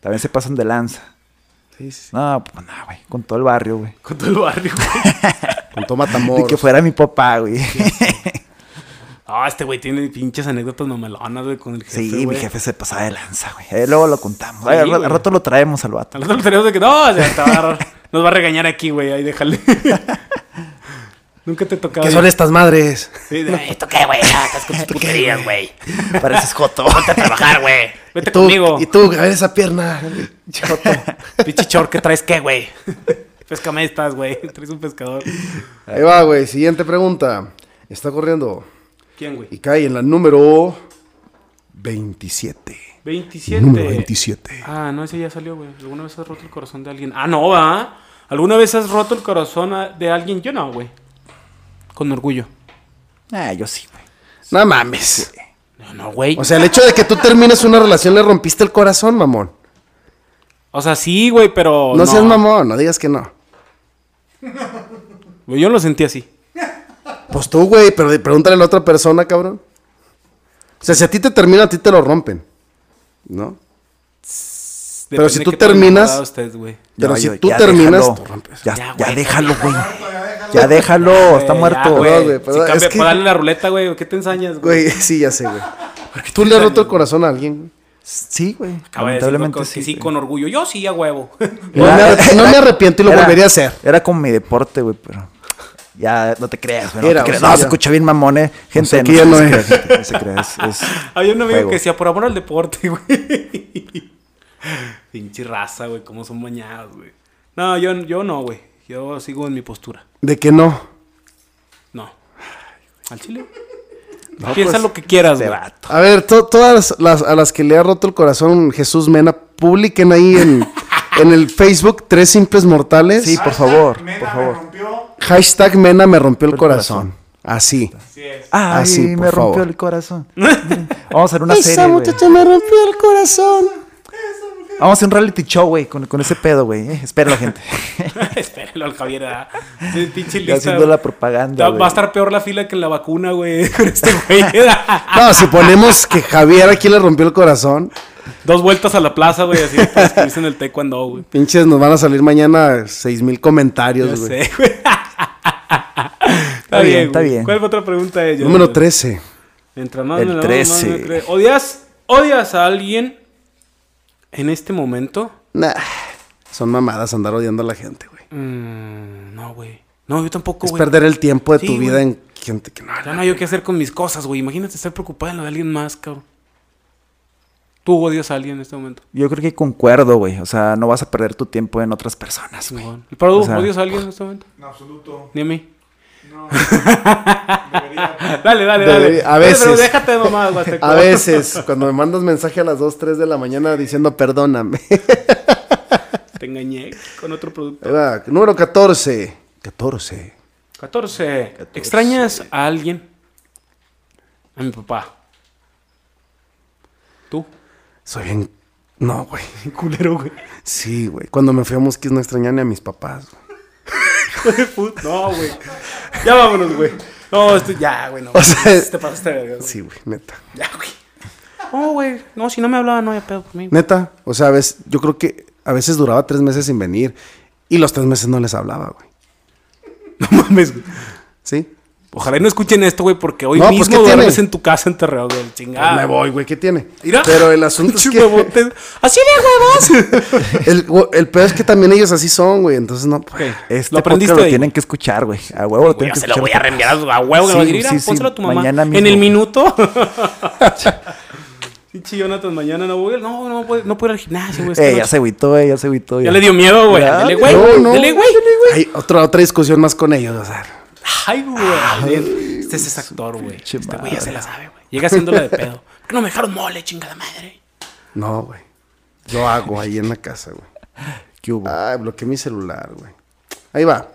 Speaker 3: También se pasan de lanza.
Speaker 1: Sí, sí, sí.
Speaker 3: No, pues nada, güey. Con todo el barrio, güey.
Speaker 2: Con todo el barrio, güey.
Speaker 1: Con
Speaker 3: De
Speaker 1: Tomatamoros.
Speaker 3: que fuera mi papá, güey.
Speaker 2: Ah, este güey tiene pinches anécdotas mamelonas, güey, con el jefe,
Speaker 3: Sí, mi
Speaker 2: güey.
Speaker 3: jefe se pasaba de lanza, güey. Ahí luego lo contamos. Ay,
Speaker 2: Sí,
Speaker 3: al, ra-
Speaker 2: güey.
Speaker 3: al rato lo traemos al vato.
Speaker 2: Al otro lo tenemos de que, no, se va a agarrar- nos va a regañar aquí, güey, ahí déjale. Nunca te tocaba.
Speaker 1: ¿Qué son estas madres?
Speaker 2: Sí, de-
Speaker 4: ¿Esto qué, güey? Ah, estás con tus puterías, güey.
Speaker 3: Pareces joto.
Speaker 4: Ponte a trabajar, güey.
Speaker 2: Vete
Speaker 1: Tú,
Speaker 2: conmigo.
Speaker 1: Y tú, a ver esa pierna. Choto.
Speaker 2: Pinche chor, ¿qué traes qué, güey? Pescame estas, güey. Traes un pescador.
Speaker 1: Ahí va, güey. Siguiente pregunta. Está corriendo.
Speaker 2: ¿Quién, güey?
Speaker 1: Y cae en la número 27.
Speaker 2: 27.
Speaker 1: Número 27.
Speaker 2: Ah, no, ese ya salió, güey. ¿Alguna vez has roto el corazón de alguien? Ah, no, va. ¿Alguna vez has roto el corazón a- de alguien? Yo no, güey. Con orgullo.
Speaker 3: Ah, yo sí, güey.
Speaker 1: No mames.
Speaker 2: No, no, güey.
Speaker 1: O sea, el hecho de que tú termines una relación le rompiste el corazón, mamón.
Speaker 2: O sea, sí, güey, pero.
Speaker 3: Oh,
Speaker 1: No, seas mamón, no digas que no.
Speaker 2: Güey, Yo lo sentí así.
Speaker 1: Pues tú, güey, pero de- pregúntale a la otra persona, cabrón. O sea, si a ti te termina, a ti te lo rompen. ¿No? Pero si
Speaker 2: Depende
Speaker 1: tú
Speaker 2: qué tan
Speaker 1: terminas-
Speaker 2: enamorado estés, güey.
Speaker 1: Pero
Speaker 3: Ya,
Speaker 1: si
Speaker 3: yo-
Speaker 1: tú
Speaker 3: ya
Speaker 1: terminas,
Speaker 3: déjalo.
Speaker 1: te rompes.
Speaker 3: Ya,
Speaker 2: Ya,
Speaker 3: ya
Speaker 2: güey.
Speaker 3: déjalo, güey. Ya déjalo, está
Speaker 2: Eh,
Speaker 3: muerto.
Speaker 2: ya, güey.
Speaker 1: No, güey, pero
Speaker 2: si cambia,
Speaker 1: es que-
Speaker 2: pues, dale la ruleta, güey. ¿Qué te ensañas, güey?
Speaker 1: Güey, sí, ya sé, güey. Tú le has roto el corazón a alguien.
Speaker 3: Sí, güey.
Speaker 2: Acaba de decir
Speaker 3: Lamentablemente
Speaker 2: cosas que
Speaker 3: sí.
Speaker 2: sí,
Speaker 3: güey.
Speaker 2: con orgullo. Yo sí, a huevo.
Speaker 1: No me arrep- no me arrepiento y lo volvería a hacer.
Speaker 3: Era como mi deporte, güey, pero. Ya, no te creas, güey. No,
Speaker 1: Era,
Speaker 3: te
Speaker 1: o
Speaker 3: creas.
Speaker 1: sea,
Speaker 3: no
Speaker 1: ya-
Speaker 3: se escucha bien mamón, eh. Gente,
Speaker 1: aquí ya no
Speaker 3: se
Speaker 1: es.
Speaker 3: crea, gente, no se crea, es- es
Speaker 2: Había un amigo
Speaker 3: juego.
Speaker 2: que decía, por amor al deporte, güey. Pinche raza, güey, cómo son mañados, güey. No, yo, yo no, güey. Yo sigo en mi postura.
Speaker 1: De que no.
Speaker 2: No. ¿Al chile? Piensa lo que quieras,
Speaker 3: Este
Speaker 2: güey.
Speaker 3: vato.
Speaker 1: A ver, to- todas las a las que le ha roto el corazón Jesús Mena, publiquen ahí en, en el Facebook Tres Simples Mortales.
Speaker 3: Sí, por favor, por favor.
Speaker 1: Hashtag Mena me rompió el corazón. Así.
Speaker 3: Ah,
Speaker 1: Ah, sí,
Speaker 3: sí,
Speaker 1: por
Speaker 3: me rompió
Speaker 1: favor.
Speaker 3: el corazón. Vamos a hacer una serie,
Speaker 1: Esa
Speaker 3: güey.
Speaker 1: muchacha me rompió el corazón.
Speaker 3: Vamos a hacer un reality show, güey, con, con ese pedo, güey. eh. Espéralo, gente.
Speaker 2: Espéralo al Javier. ah. El pinche lista.
Speaker 3: Ya haciendo la propaganda,
Speaker 2: Va-
Speaker 3: güey.
Speaker 2: Va a estar peor la fila que la vacuna, güey. con este güey.
Speaker 1: No, si ponemos que Javier aquí le rompió el corazón,
Speaker 2: Dos vueltas a la plaza, güey, así para escribirse en el taekwondo, güey.
Speaker 1: pinches, nos van a salir mañana seis mil
Speaker 2: Yo
Speaker 1: comentarios, güey.
Speaker 2: sé, güey. está
Speaker 3: bien,
Speaker 2: bien,
Speaker 3: está
Speaker 2: güey.
Speaker 3: bien.
Speaker 2: ¿Cuál fue otra pregunta de ellos?
Speaker 1: Número 13.
Speaker 2: Mientras más
Speaker 3: El
Speaker 2: me la- más
Speaker 3: 13.
Speaker 2: me cre- ¿Odias, ¿Odias a alguien en este momento?
Speaker 1: Nah, son mamadas andar odiando a la gente, güey.
Speaker 2: Mm, no, güey. No, yo tampoco,
Speaker 1: Es
Speaker 2: güey.
Speaker 1: perder el tiempo de
Speaker 2: Sí,
Speaker 1: tu
Speaker 2: güey.
Speaker 1: vida en gente que no.
Speaker 2: Ya no hay yo qué hacer con mis cosas, güey. Imagínate estar preocupado en lo de alguien más, cabrón. Tú odias a alguien en este momento.
Speaker 3: Yo creo que concuerdo, güey. O sea, no vas a perder tu tiempo en otras personas, güey.
Speaker 2: Chingón. ¿El Pardo,
Speaker 3: O sea,
Speaker 2: odias a alguien en este momento?
Speaker 5: En absoluto.
Speaker 2: Ni a mí.
Speaker 5: No.
Speaker 2: Dale, dale, dale.
Speaker 1: Debería- a
Speaker 2: Oye, Pero
Speaker 1: veces.
Speaker 2: déjate de mamadas, Huasteco.
Speaker 1: A veces, cuando me mandas mensaje a las 2, 3 de la mañana diciendo perdóname.
Speaker 2: Te engañé con otro producto.
Speaker 1: Ahí va, Número 14. 14.
Speaker 2: 14. ¿Extrañas a alguien? A mi papá. ¿Tú?
Speaker 1: Soy bien. No, güey.
Speaker 2: Culero, güey.
Speaker 1: Sí, güey. Cuando me fui a Mosquís no extrañaba ni a mis papás. güey.
Speaker 2: No, güey. Ya vámonos, güey. No, esto ya, güey, no.
Speaker 1: O sea,
Speaker 2: te pasaste de verga, güey.
Speaker 1: Sí, güey, neta.
Speaker 2: Ya, güey. No, güey. No, si no me hablaba, no había pedo por mí. güey.
Speaker 1: Neta. O sea, ves, yo creo que a veces duraba tres meses sin venir. Y los tres meses no les hablaba, güey.
Speaker 2: No mames, güey.
Speaker 1: ¿Sí?
Speaker 2: Ojalá y no escuchen esto, güey, porque hoy
Speaker 1: No, pues,
Speaker 2: mismo
Speaker 1: ¿qué tiene? Pues
Speaker 2: duermes en tu casa enterrado, güey. Chingada.
Speaker 1: me voy, güey, ¿qué tiene?
Speaker 2: Mira.
Speaker 1: Pero el asunto es
Speaker 2: Pinche
Speaker 1: que...
Speaker 2: huevote. Así de huevos.
Speaker 1: El, el peor es que también ellos así son, güey. Entonces no... pues,
Speaker 3: Este
Speaker 2: lo aprendiste
Speaker 3: podcast lo
Speaker 2: ahí.
Speaker 3: tienen que escuchar, güey. A huevo
Speaker 2: Güey,
Speaker 3: lo tienen
Speaker 2: ya
Speaker 3: que
Speaker 2: se lo
Speaker 3: escuchar.
Speaker 2: voy a reenviar a, a huevo. que
Speaker 3: Sí,
Speaker 2: lo diga, "Mira,
Speaker 3: sí, sí,
Speaker 2: pónselo a tu mamá.
Speaker 3: mañana
Speaker 2: En
Speaker 3: mismo.
Speaker 2: el minuto. Pinche Jonathan, mañana no voy. No, no, puedo, no puedo ir al gimnasio, güey. esta
Speaker 3: Eh, ya
Speaker 2: noche".
Speaker 3: se agüitó, eh, ya se agüitó.
Speaker 2: Ya le dio miedo, güey.
Speaker 3: ¿Verdad?
Speaker 2: Dale, güey.
Speaker 1: No, no.
Speaker 2: Dale, güey.
Speaker 1: Hay otra, otra discusión más con ellos, o sea...
Speaker 2: Ay,
Speaker 3: Ah,
Speaker 2: güey. Este es ese actor, güey. Este güey ya se la sabe, güey. Llega haciéndola de pedo. ¿Por qué no me dejaron mole, chingada madre?
Speaker 1: No, güey. Yo hago ahí en la casa, güey.
Speaker 3: ¿Qué hubo?
Speaker 1: Ay, Ah, bloqueé mi celular, güey. Ahí va.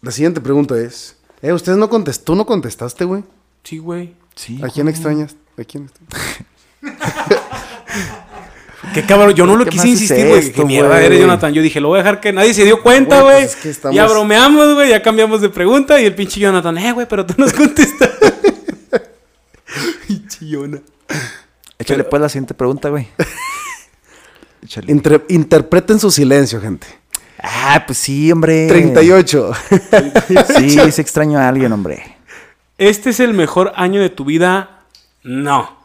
Speaker 1: La siguiente pregunta es... Eh, ustedes no contestaron, tú no contestaste, güey.
Speaker 2: Sí, güey.
Speaker 3: Sí.
Speaker 1: ¿A quién extrañas? ¿A quién extrañas?
Speaker 2: Qué cabrón, yo no lo
Speaker 3: ¿Qué
Speaker 2: quise
Speaker 3: más es
Speaker 2: insistir, güey.
Speaker 3: esto,
Speaker 2: Qué mierda
Speaker 3: güey?
Speaker 2: eres, Jonathan. Yo dije, lo voy a dejar que nadie se dio cuenta,
Speaker 1: Güey,
Speaker 2: güey.
Speaker 1: pues es que estamos-
Speaker 2: Ya bromeamos, güey. Ya cambiamos de pregunta. Y el pinche Jonathan, eh, güey, pero tú nos contestas. pinche Jonathan.
Speaker 3: Échale pues la siguiente pregunta, güey. Échale.
Speaker 1: Inter- interpreten su silencio, gente.
Speaker 3: Ah, pues sí,
Speaker 1: Eh.
Speaker 3: hombre.
Speaker 1: 38.
Speaker 3: Sí, se extraño a alguien, hombre.
Speaker 2: ¿Este es el mejor año de tu vida? No.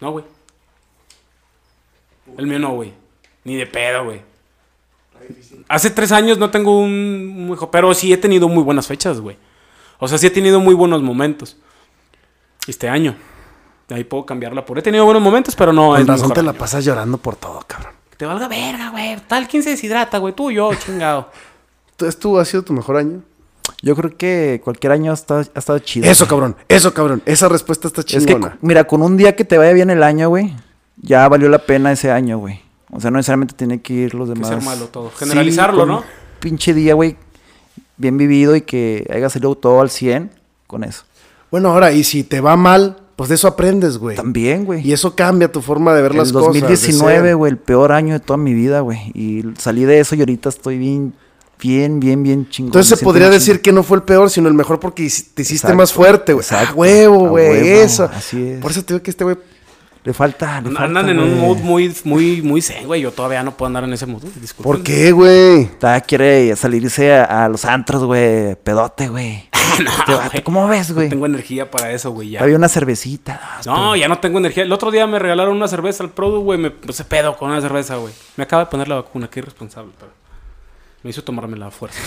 Speaker 2: No, güey. El mío no, güey. Ni de pedo, güey. Hace tres años no tengo un hijo, pero sí he tenido muy buenas fechas, güey. O sea, sí he tenido muy buenos momentos. Este año. De ahí puedo cambiarla por. He tenido buenos momentos, pero no
Speaker 1: Con
Speaker 2: es
Speaker 1: razón
Speaker 2: mejor
Speaker 1: te la
Speaker 2: año.
Speaker 1: pasas llorando por todo, cabrón.
Speaker 2: Que Te valga verga, güey. Tal quien se deshidrata, güey. Tú y yo, chingado.
Speaker 1: Entonces tú has sido tu mejor año.
Speaker 3: Yo creo que cualquier año ha estado, ha estado chido.
Speaker 1: Eso, cabrón. Eso, cabrón. Esa respuesta está
Speaker 3: Es que,
Speaker 1: chingona.
Speaker 3: cu- mira, con un día que te vaya bien el año, güey, ya valió la pena ese año, güey. O sea, no necesariamente tiene que ir los
Speaker 2: que
Speaker 3: demás.
Speaker 2: ser malo todo. Generalizarlo,
Speaker 3: con
Speaker 2: ¿no?
Speaker 3: un Pinche día, güey, bien vivido y que haya salido todo al 100 con eso.
Speaker 1: Bueno, ahora, y si te va mal, pues de eso aprendes, güey.
Speaker 3: También, güey.
Speaker 1: Y eso cambia tu forma de ver las
Speaker 3: el
Speaker 1: cosas. de
Speaker 3: 2019,
Speaker 1: ser.
Speaker 3: güey, el peor año de toda mi vida, güey. Y salí de eso y ahorita estoy bien, bien, bien, bien chingón.
Speaker 1: Entonces
Speaker 3: Me
Speaker 1: se
Speaker 3: siento
Speaker 1: podría
Speaker 3: bien
Speaker 1: decir que no fue el peor, sino el mejor porque hici- te hiciste
Speaker 3: Exacto,
Speaker 1: más fuerte, güey. Ah,
Speaker 3: exacto,
Speaker 1: huevo,
Speaker 3: a
Speaker 1: güey.
Speaker 3: huevo,
Speaker 1: Eso.
Speaker 3: así es.
Speaker 1: Por eso te digo que este güey.
Speaker 3: chingón. Le falta, le falta,
Speaker 2: Andan en un
Speaker 3: güey.
Speaker 2: mood muy, muy, muy zen, güey. Yo todavía no puedo andar en ese mood. Disculpen.
Speaker 1: ¿Por qué, güey?
Speaker 3: Todavía quiere salirse a, a los antros, güey. Pedote, güey. Este vato,
Speaker 2: Ah, güey.
Speaker 3: ¿Cómo ves,
Speaker 2: No
Speaker 3: güey?
Speaker 2: tengo energía para eso, güey. Ya.
Speaker 3: Había una cervecita.
Speaker 2: No, ya no tengo energía. El otro día me regalaron una cerveza al Produ, güey. Me puse pedo con una cerveza, güey. Me acaba de poner la vacuna. Qué irresponsable, pero. Me hizo tomarme la fuerza.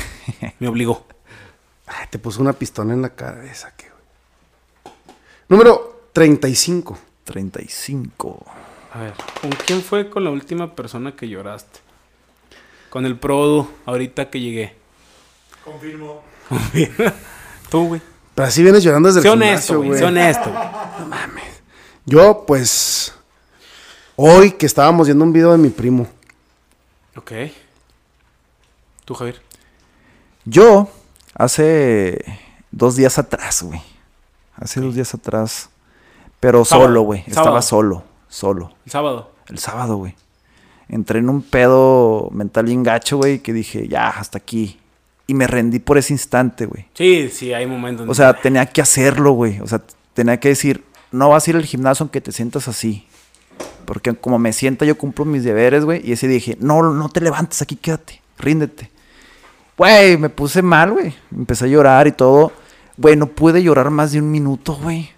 Speaker 2: Me obligó.
Speaker 1: Ay, te puso una pistola en la cabeza, qué güey. Número 35.
Speaker 3: 35.
Speaker 2: A ver, ¿con quién fue con la última persona que lloraste? Con el Produ, ahorita que llegué. Confirmo. Tú, güey.
Speaker 1: Pero así vienes llorando desde
Speaker 2: Sé
Speaker 1: el
Speaker 2: honesto,
Speaker 1: gimnasio,
Speaker 2: güey.
Speaker 1: güey.
Speaker 2: Sé honesto, güey.
Speaker 1: Yo, pues. Hoy que estábamos viendo un video de mi primo.
Speaker 2: Ok. Tú, Javier.
Speaker 3: Yo, hace dos días atrás, güey. Hace dos días atrás. Pero
Speaker 2: Sábado,
Speaker 3: solo, güey.
Speaker 2: sábado.
Speaker 3: Estaba solo. Solo.
Speaker 2: El sábado.
Speaker 3: El sábado, güey. Entré en un pedo mental bien gacho, güey, que dije, ya, hasta aquí. Y me rendí por ese instante, güey.
Speaker 2: Sí, sí, hay momentos.
Speaker 3: O sea, tenía que hacerlo, güey. O sea, tenía que decir, no vas a ir al gimnasio aunque te sientas así. Porque como me sienta, yo cumplo mis deberes, güey. Y ese dije, no, no te levantes, aquí quédate, ríndete. Güey, me puse mal, güey. Empecé a llorar y todo. Güey, no pude llorar más de un minuto, güey.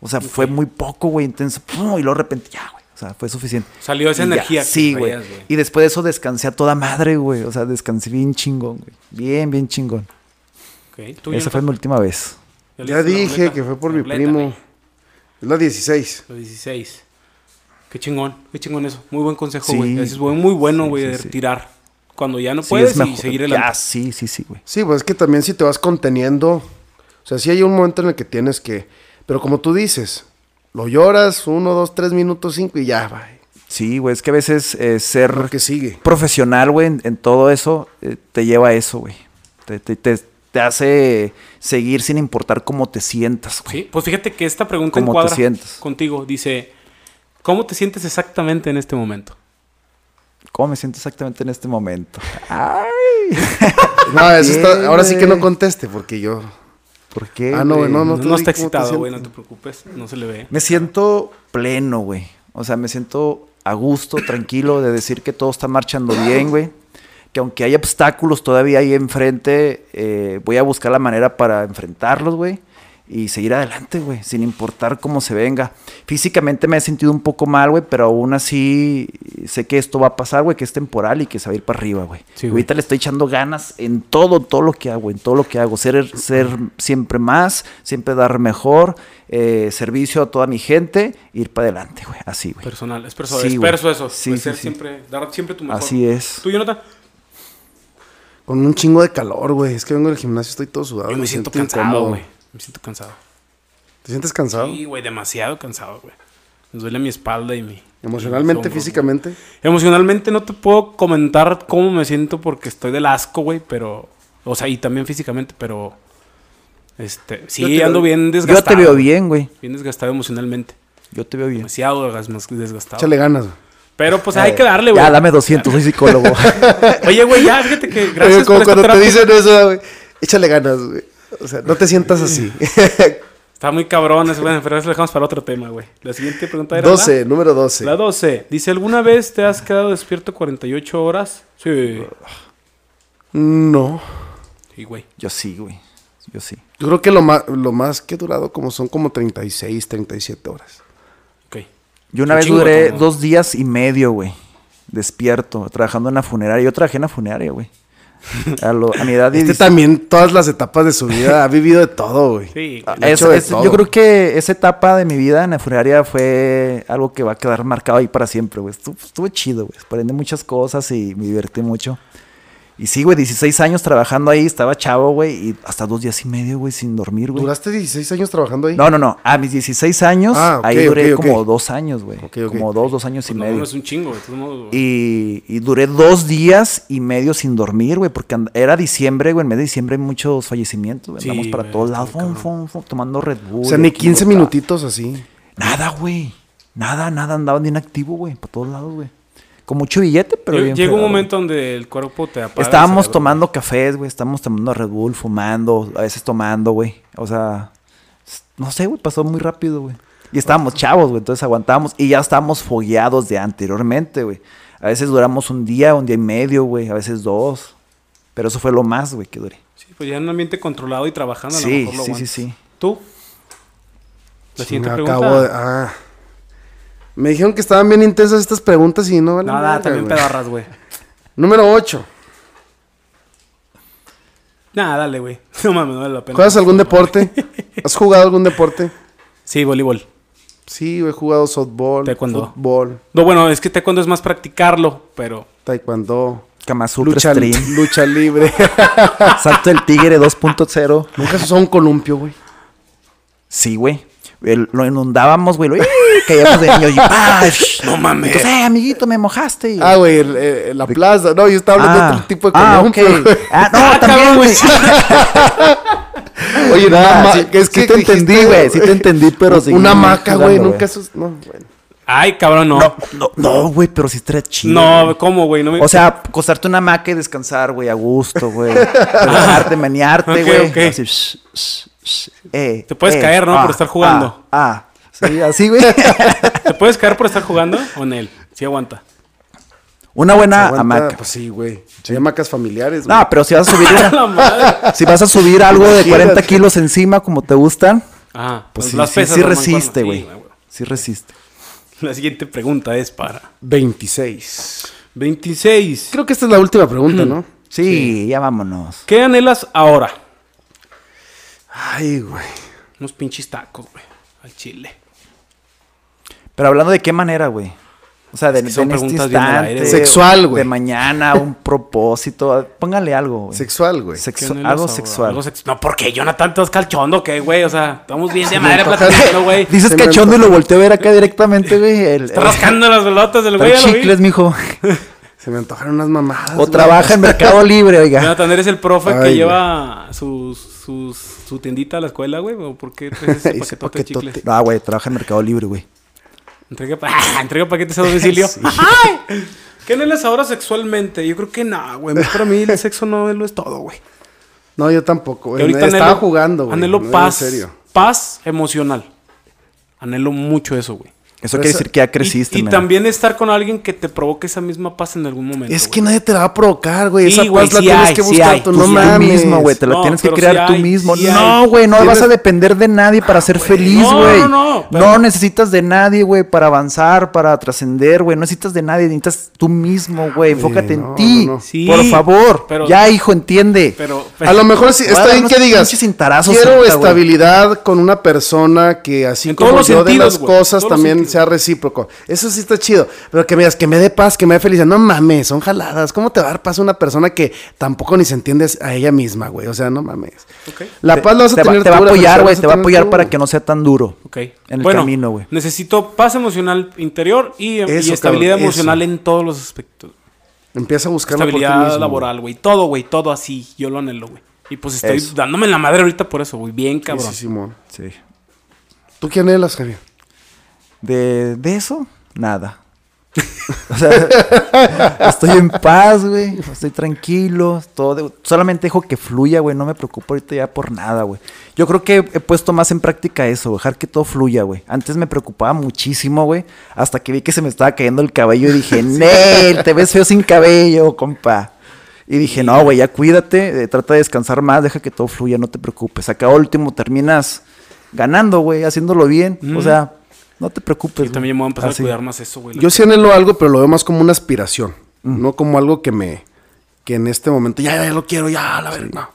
Speaker 3: O sea, fue muy poco, güey, intenso. Pum, y luego de repente, ya, güey. O sea, fue suficiente.
Speaker 2: Salió esa
Speaker 3: Y ya,
Speaker 2: energía que
Speaker 3: Sí, güey.
Speaker 2: traías, güey.
Speaker 3: Y después de eso descansé a toda madre, güey. O sea, descansé bien chingón, güey. Bien, bien chingón.
Speaker 2: Ok, tú,
Speaker 3: Esa
Speaker 2: Jonathan.
Speaker 3: fue mi última vez.
Speaker 1: Ya dije que fue por mi primo. Es la 16.
Speaker 2: Los 16. Qué chingón, qué chingón eso. Muy buen consejo,
Speaker 3: Sí.
Speaker 2: güey. Ese Es buen- muy bueno,
Speaker 3: Sí,
Speaker 2: güey,
Speaker 3: sí,
Speaker 2: de
Speaker 3: sí.
Speaker 2: tirar. Cuando ya no
Speaker 3: Sí,
Speaker 2: puedes
Speaker 3: es mejor.
Speaker 2: y seguir el...
Speaker 3: Ya, sí, sí, sí, güey.
Speaker 1: Sí, pues es que también si te vas conteniendo. O sea, sí hay un momento en el que tienes que. Pero como tú dices, lo lloras uno, dos, tres minutos, cinco y ya, va.
Speaker 3: Sí, güey, es que a veces eh, ser
Speaker 1: Lo que sigue.
Speaker 3: profesional, güey, en, en todo eso, eh, te lleva a eso, güey. Te, te- te- te hace seguir sin importar cómo te sientas, güey.
Speaker 2: Sí, pues fíjate que esta pregunta
Speaker 3: ¿Cómo te
Speaker 2: encuadra
Speaker 3: sientes?
Speaker 2: contigo. Dice, ¿cómo te sientes exactamente en este momento?
Speaker 3: ¿Cómo me siento exactamente en este momento? Ay,
Speaker 1: No, eso está-
Speaker 3: Bien,
Speaker 1: ahora sí que no
Speaker 3: güey.
Speaker 1: conteste, porque yo.
Speaker 3: ¿por qué?
Speaker 1: Ah, no, güey, no,
Speaker 2: No,
Speaker 1: te
Speaker 2: no
Speaker 1: digo
Speaker 2: está
Speaker 1: cómo te
Speaker 2: excitado, güey, no
Speaker 1: sientes.
Speaker 2: te preocupes. No se le ve.
Speaker 3: Me siento pleno, güey. O sea, me siento a gusto, tranquilo, de decir que todo está marchando bien, güey. Que aunque hay obstáculos todavía ahí enfrente, eh, voy a buscar la manera para enfrentarlos, güey. Y seguir adelante, güey, sin importar cómo se venga. Físicamente me he sentido un poco mal, güey, pero aún así sé que esto va a pasar, güey, que es temporal y que se va a ir para arriba, güey.
Speaker 2: Sí, güey.
Speaker 3: Ahorita le estoy echando ganas en todo, todo lo que hago, en todo lo que hago. Ser, ser siempre más, siempre dar mejor, eh, servicio a toda mi gente, ir para adelante, güey. Así, güey.
Speaker 2: Personal, es perso,
Speaker 3: Sí,
Speaker 2: es
Speaker 3: güey.
Speaker 2: perso eso.
Speaker 3: Sí,
Speaker 2: Pues
Speaker 3: sí,
Speaker 2: ser
Speaker 3: sí.
Speaker 2: siempre, dar siempre tu mejor.
Speaker 3: Así es.
Speaker 2: ¿Tú, Jonathan?
Speaker 1: Con un chingo de calor, güey. Es que vengo del gimnasio, estoy todo sudado.
Speaker 2: Yo me siento cansado,
Speaker 1: incómodo.
Speaker 2: güey. Me siento cansado.
Speaker 1: ¿Te sientes cansado?
Speaker 2: Sí, güey, demasiado cansado, güey. Me duele mi espalda y mi...
Speaker 1: Emocionalmente,
Speaker 2: mis hombros,
Speaker 1: físicamente.
Speaker 2: güey. Emocionalmente no te puedo comentar cómo me siento porque estoy del asco, güey, pero... O sea, y también físicamente, pero... Este, sí,
Speaker 1: te
Speaker 2: ando
Speaker 1: veo-
Speaker 2: bien
Speaker 3: Yo
Speaker 2: desgastado. Pues
Speaker 3: te veo bien, güey.
Speaker 2: Bien desgastado emocionalmente.
Speaker 3: Yo te veo bien. Eh,
Speaker 2: Demasiado desgas- desgastado.
Speaker 1: Échale ganas. güey.
Speaker 2: Pero pues
Speaker 1: Eh,
Speaker 2: hay que darle, güey.
Speaker 3: Ya, dame 200, soy psicólogo.
Speaker 2: Oye, güey, ya, fíjate que gracias
Speaker 1: Oye, como
Speaker 2: por esta
Speaker 1: cuando te
Speaker 2: terapia.
Speaker 1: dicen eso, güey. Échale ganas, güey. O sea, no te sientas así.
Speaker 2: Está muy cabrón eso, bueno, pero eso lo dejamos para otro tema, güey. La siguiente pregunta era...
Speaker 1: 12,
Speaker 2: ¿la?
Speaker 1: número 12.
Speaker 2: La 12. Dice, ¿alguna vez te has quedado despierto 48 horas? Sí.
Speaker 1: No.
Speaker 2: Sí, güey.
Speaker 3: Yo sí, güey. Yo sí.
Speaker 1: Yo creo que lo más, lo más que he durado como son como 36, 37 horas.
Speaker 2: Ok.
Speaker 3: Yo una
Speaker 2: Un
Speaker 3: vez
Speaker 2: chingo de
Speaker 3: duré
Speaker 2: todo, ¿no?
Speaker 3: dos días y medio, güey. Despierto, trabajando en la funeraria. Yo trabajé en la funeraria, güey. A, lo- a mi edad de
Speaker 1: Este
Speaker 3: 17.
Speaker 1: también, todas las etapas de su vida, ha vivido de todo, güey.
Speaker 2: Sí.
Speaker 3: Ah,
Speaker 1: Le
Speaker 3: es-
Speaker 1: echo de
Speaker 3: es-
Speaker 1: todo.
Speaker 3: yo creo que esa etapa de mi vida en la funeraria fue algo que va a quedar marcado ahí para siempre, güey. Estuvo, estuvo chido, güey. Aprendí muchas cosas y me divertí mucho. Y sí, güey, 16 años trabajando ahí, estaba chavo, güey, y hasta dos días y medio, güey, sin dormir, güey.
Speaker 1: ¿Duraste 16 años trabajando ahí?
Speaker 3: No, no, no. A mis 16 años,
Speaker 1: Ah, ok,
Speaker 3: ahí duré
Speaker 1: ok, ok.
Speaker 3: como dos años, güey.
Speaker 1: Ok, ok.
Speaker 3: Como dos, dos años
Speaker 2: Pues
Speaker 3: y
Speaker 2: no,
Speaker 3: medio.
Speaker 2: no es un chingo, güey. de todos modos, güey.
Speaker 3: Y, y duré dos días y medio sin dormir, güey, porque and- era diciembre, güey. En mes de diciembre hay muchos fallecimientos, güey.
Speaker 2: Sí,
Speaker 3: Andamos para
Speaker 2: güey,
Speaker 3: todos
Speaker 2: está
Speaker 3: lados,
Speaker 2: muy
Speaker 3: fum,
Speaker 2: cabrón.
Speaker 3: fum, fum, tomando Red Bull.
Speaker 1: o sea, ni
Speaker 3: aquí,
Speaker 1: 15
Speaker 3: acá.
Speaker 1: minutitos así.
Speaker 3: Nada, güey. Nada, nada. Andaban bien activo, güey, para todos lados, güey. Con mucho billete, pero
Speaker 2: Lle-
Speaker 3: bien
Speaker 2: Llega un
Speaker 3: fregado,
Speaker 2: momento donde el cuerpo te apaga.
Speaker 3: güey.
Speaker 2: el
Speaker 3: Estábamos
Speaker 2: cerebro,
Speaker 3: tomando cafés, güey. Estábamos tomando Red Bull, fumando, a veces tomando, güey. O sea, s- no sé, güey, pasó muy rápido, güey. Y estábamos chavos, güey, entonces aguantábamos y ya estábamos fogueados de anteriormente, güey. A veces duramos un día, un día y medio, güey, a veces dos. Pero eso fue lo más, güey, que duré.
Speaker 2: güey. Sí, pues ya en un ambiente controlado y trabajando. a lo
Speaker 3: Sí,
Speaker 2: mejor lo
Speaker 3: sí, sí,
Speaker 2: aguantas.
Speaker 3: sí.
Speaker 2: ¿Tú? La siguiente
Speaker 1: Me
Speaker 2: pregunta.
Speaker 1: acabo de- ah. Me dijeron que estaban bien intensas estas preguntas y no vale
Speaker 2: Nada, también
Speaker 1: güey.
Speaker 2: pedorras, güey.
Speaker 1: Número 8.
Speaker 2: Nada, dale, güey. No mames, no vale la pena.
Speaker 1: ¿Juegas algún deporte? ¿Has jugado algún deporte?
Speaker 2: Sí, voleibol.
Speaker 1: Sí, güey, he jugado softball,
Speaker 2: Taekwondo.
Speaker 1: fútbol,
Speaker 2: No, bueno, es que te cuando es más practicarlo, pero
Speaker 1: taekwondo,
Speaker 3: Kama Sutra
Speaker 1: lucha,
Speaker 3: Stream.
Speaker 1: lucha libre.
Speaker 3: Salto del Tigre 2.0.
Speaker 1: Nunca has usado un columpio, güey.
Speaker 3: Sí, güey. El- Lo inundábamos, güey. lo- ¡Ih! Caíamos de niño y ¡pah! No mames. Entonces, "Eh, amiguito, me mojaste.
Speaker 1: Ah, güey, el- el- la plaza. No, yo estaba hablando de otro tipo de columpio.
Speaker 3: ok.
Speaker 1: güey.
Speaker 3: Ah, no, también, güey.
Speaker 1: Oye,
Speaker 3: Nah,
Speaker 1: nada,
Speaker 3: sí- sí te entendí, güey, sí te entendí, pero sí, no,
Speaker 1: Una hamaca,
Speaker 3: jugando,
Speaker 1: güey,
Speaker 3: güey.
Speaker 1: nunca sus. No, bueno.
Speaker 2: Ay, cabrón, no.
Speaker 3: No,
Speaker 2: No,
Speaker 3: no, no, güey, pero sí estaría chido. güey.
Speaker 2: ¿cómo, güey? No me...
Speaker 3: O sea, acostarte una hamaca y descansar, güey, a gusto, güey. Relajarte, menearte,
Speaker 2: Ok,
Speaker 3: güey.
Speaker 2: ok.
Speaker 3: Así, shh, shh, shh. Eh,
Speaker 2: Te puedes
Speaker 3: eh,
Speaker 2: caer, ¿no?
Speaker 3: ah,
Speaker 2: Por estar jugando.
Speaker 3: Ah, ah. sí, así, güey.
Speaker 2: ¿Te puedes caer por estar jugando o en él? Sí aguanta.
Speaker 3: Una
Speaker 2: Ah,
Speaker 3: buena
Speaker 1: Aguanta,
Speaker 3: hamaca.
Speaker 1: Pues sí, güey. Hay hamacas familiares, güey.
Speaker 3: No, pero si vas a subir una,
Speaker 2: La madre.
Speaker 3: si vas a subir algo de 40
Speaker 1: Imagínate.
Speaker 3: kilos encima, como te gustan,
Speaker 2: Ajá.
Speaker 3: pues sí,
Speaker 2: Ah, las
Speaker 3: sí,
Speaker 2: pesas,
Speaker 3: sí
Speaker 2: la mancuerna.
Speaker 3: resiste,
Speaker 2: Sí,
Speaker 3: güey. Sí resiste.
Speaker 2: La siguiente pregunta es para
Speaker 1: 26.
Speaker 2: 26.
Speaker 1: Creo que esta es la última pregunta, ¿no?
Speaker 3: Sí, ya vámonos.
Speaker 2: ¿Qué anhelas ahora?
Speaker 1: Ay, güey.
Speaker 2: Unos pinches tacos, güey. Al chile.
Speaker 3: Pero hablando de qué manera, güey. O sea, de,
Speaker 2: que
Speaker 3: de
Speaker 2: son
Speaker 3: en este
Speaker 2: preguntas bien al
Speaker 3: instante,
Speaker 2: aire,
Speaker 1: güey. Sexual, güey.
Speaker 3: De mañana, un propósito. Póngale algo, güey.
Speaker 1: Sexual, güey.
Speaker 3: Sexu-
Speaker 2: ¿Qué anhelas
Speaker 3: algo
Speaker 2: ahora?
Speaker 3: sexual.
Speaker 2: Algo sex- No, porque Jonathan estás calchondo, ¿qué, güey? O sea, estamos bien de
Speaker 1: me
Speaker 2: madre
Speaker 1: antoja-
Speaker 2: platicando, güey.
Speaker 1: Dice-
Speaker 3: Dices
Speaker 1: Se me
Speaker 3: cachondo y lo volteo a ver acá directamente, güey. El,
Speaker 2: Está rascando las pelotas del
Speaker 3: el-
Speaker 2: güey,
Speaker 3: trae
Speaker 2: ya lo vi.
Speaker 3: chicles, mijo.
Speaker 1: Se me antojaron unas mamadas.
Speaker 3: O
Speaker 1: güey.
Speaker 3: trabaja en Mercado Libre, oiga.
Speaker 2: Jonathan, eres el profe
Speaker 1: Ay,
Speaker 2: que
Speaker 1: güey.
Speaker 2: lleva su, su, su tiendita a la escuela, güey. ¿O por qué traes ese paquetote
Speaker 1: Ese
Speaker 2: de
Speaker 1: paquetote.
Speaker 2: chicles?
Speaker 3: No, güey, trabaja en Mercado Libre, güey.
Speaker 2: Entrega, pa- entrega paquetes a domicilio. ¡Ay! ¿Qué anhelas ahora sexualmente? Yo creo que nada, güey. Para mí el sexo no lo es todo, güey.
Speaker 1: No, yo tampoco,
Speaker 2: Que
Speaker 1: güey.
Speaker 2: ahorita
Speaker 1: Estaba
Speaker 2: anhelo-
Speaker 1: jugando, güey.
Speaker 2: Anhelo
Speaker 1: No,
Speaker 2: paz.
Speaker 1: En serio.
Speaker 2: Paz emocional. Anhelo mucho eso, güey.
Speaker 3: Eso quiere
Speaker 1: Esa-
Speaker 3: decir que ya creciste.
Speaker 2: Y, y
Speaker 3: man.
Speaker 2: también estar con alguien que te provoque esa misma paz en algún momento.
Speaker 1: Es
Speaker 2: güey.
Speaker 1: que nadie te la va a provocar, güey.
Speaker 2: Sí,
Speaker 1: Esa
Speaker 2: güey,
Speaker 1: paz la
Speaker 2: sí
Speaker 1: tienes
Speaker 2: hay,
Speaker 1: que
Speaker 2: sí
Speaker 1: buscar
Speaker 2: hay.
Speaker 1: tú,
Speaker 3: Tú
Speaker 1: no mames.
Speaker 3: mismo, güey. Te la
Speaker 2: No,
Speaker 3: tienes que
Speaker 2: pero
Speaker 3: crear
Speaker 2: sí
Speaker 3: tú
Speaker 2: hay,
Speaker 3: mismo.
Speaker 2: sí
Speaker 3: no,
Speaker 2: hay.
Speaker 3: güey. No
Speaker 1: Tienes-
Speaker 3: vas a depender de nadie para ser feliz,
Speaker 2: No,
Speaker 3: güey.
Speaker 2: no, no, pero-
Speaker 3: necesitas de nadie, güey, para avanzar, para trascender, güey. No necesitas de nadie. Necesitas tú mismo, güey. Enfócate
Speaker 1: no,
Speaker 3: en ti.
Speaker 1: no, no.
Speaker 2: Sí,
Speaker 3: por favor.
Speaker 2: pero-
Speaker 3: ya, hijo, entiende.
Speaker 2: Pero,
Speaker 1: A lo mejor sí,
Speaker 3: Voy a
Speaker 1: está
Speaker 3: dar
Speaker 1: bien
Speaker 3: unos
Speaker 1: que digas.
Speaker 3: pinches cintarazos
Speaker 1: Quiero
Speaker 3: ahorita, güey".
Speaker 1: estabilidad con una persona que así
Speaker 2: En todos
Speaker 1: como
Speaker 2: los
Speaker 1: yo de
Speaker 2: sentidos,
Speaker 1: las
Speaker 2: güey, en
Speaker 1: cosas
Speaker 2: todos los
Speaker 1: también
Speaker 2: sentidos.
Speaker 1: sea recíproco. Eso sí está chido. Pero que me digas que me dé paz, que me dé felicidad. No mames, son jaladas. ¿Cómo te va a dar paz una persona que tampoco ni se entiende a ella misma, güey? O sea, no mames.
Speaker 2: Ok.
Speaker 1: La paz la vas a
Speaker 3: te, va-
Speaker 1: tener
Speaker 3: te va a
Speaker 1: tú, la
Speaker 3: apoyar,
Speaker 1: felicidad
Speaker 3: güey.
Speaker 1: la
Speaker 3: Te va a
Speaker 1: vas tener
Speaker 3: apoyar
Speaker 1: tú.
Speaker 3: para que no sea tan duro.
Speaker 2: Ok.
Speaker 3: En el camino, güey.
Speaker 2: Necesito paz emocional interior y, y
Speaker 1: Eso,
Speaker 2: estabilidad
Speaker 1: cabrón,
Speaker 2: emocional
Speaker 1: eso.
Speaker 2: en todos los aspectos.
Speaker 1: Empieza a buscar
Speaker 2: Estabilidad laboral, güey. Todo, güey. Todo así. Yo lo anhelo, güey. Y pues estoy
Speaker 3: Eso.
Speaker 2: dándome la madre ahorita por eso, güey. Bien cabrón.
Speaker 1: Sí, Simón.
Speaker 3: Sí.
Speaker 1: ¿Tú quién eres, Javier?
Speaker 3: De, de eso, nada. o sea, estoy en paz, güey. Estoy tranquilo. Todo de- solamente dejo que fluya, güey. No me preocupo ahorita ya por nada, güey. Yo creo que he puesto más en práctica eso, güey, dejar que todo fluya, güey. Antes me preocupaba muchísimo, güey. Hasta que vi que se me estaba cayendo el cabello y dije, Nel, te ves feo sin cabello, compa. Y dije, no, güey, ya cuídate, eh, trata de descansar más, deja que todo fluya, no te preocupes. Acá último terminas ganando, güey, haciéndolo bien. O sea, no te preocupes.
Speaker 2: Mm. Yo también me voy a empezar
Speaker 3: Así.
Speaker 2: a cuidar más eso, güey.
Speaker 1: Yo sí anhelo algo, pero lo veo más como una aspiración.
Speaker 3: Mm.
Speaker 1: No como algo que me. que en este momento ya, ya lo quiero, ya, la verdad. No.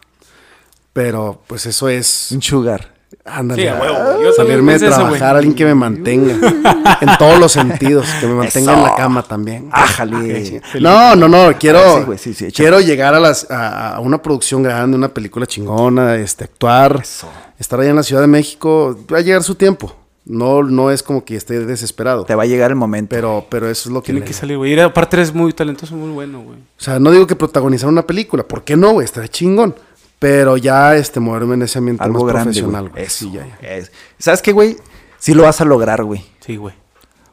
Speaker 1: Pero pues eso es.
Speaker 3: Un sugar.
Speaker 1: Ándale.
Speaker 2: Sí, a huevo, güey. Yo también
Speaker 1: salirme de
Speaker 2: pensé eso,
Speaker 1: trabajar,
Speaker 2: güey.
Speaker 1: alguien que me mantenga. en todos los sentidos. Que me mantenga en la
Speaker 3: Eso.
Speaker 1: cama también.
Speaker 3: Ájale.
Speaker 1: No, no, no, quiero,
Speaker 3: Ah, sí, güey, sí, sí, échale.
Speaker 1: quiero llegar a, las, a, a una producción grande, una película chingona, este, actuar,
Speaker 3: Eso.
Speaker 1: estar allá en la Ciudad de México, va a llegar su tiempo. No, no es como que esté desesperado,
Speaker 3: Te va a llegar el momento.
Speaker 1: pero, pero eso es lo que...
Speaker 2: Tiene
Speaker 1: le-
Speaker 2: que salir, güey. Y Aparte eres muy talentoso, muy bueno, güey.
Speaker 1: O sea, no digo que protagonizar una película, ¿por qué no, güey? Estaría chingón, pero ya este, moverme en ese ambiente
Speaker 3: algo
Speaker 1: más
Speaker 3: grande.
Speaker 1: profesional,
Speaker 3: güey.
Speaker 1: güey.
Speaker 3: Eso.
Speaker 1: Sí, ya, ya.
Speaker 3: Es- ¿Sabes qué, güey? Sí lo vas a lograr, güey.
Speaker 2: Sí, güey.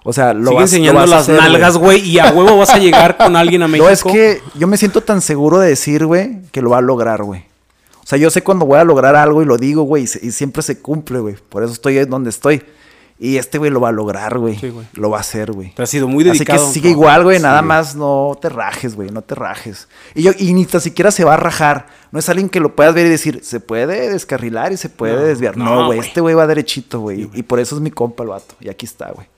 Speaker 3: O sea,
Speaker 2: Sigue
Speaker 3: lo vas, lo
Speaker 2: enseñando
Speaker 3: vas a
Speaker 2: las
Speaker 3: hacer,
Speaker 2: nalgas, güey. Y a huevo vas a llegar con alguien a México.
Speaker 3: No, es que yo me siento tan seguro de decir, güey, que lo va a lograr, güey. O sea, yo sé cuando voy a lograr algo y lo digo, güey, y, se- y siempre se cumple, güey. Por eso estoy ahí donde estoy. Y este güey lo va a lograr, güey.
Speaker 2: Sí, güey.
Speaker 3: Lo va a hacer, güey.
Speaker 2: Te has sido muy dedicado.
Speaker 3: Así que sigue igual, güey. Nada más no te rajes, güey. No te rajes. Y, yo, y ni tan siquiera se va a rajar. No es alguien que lo puedas ver y decir, se puede descarrilar y se puede desviar. No,
Speaker 2: no,
Speaker 3: güey.
Speaker 2: güey.
Speaker 3: este güey va derechito, güey. Y por eso es mi compa el vato. Y aquí está, güey.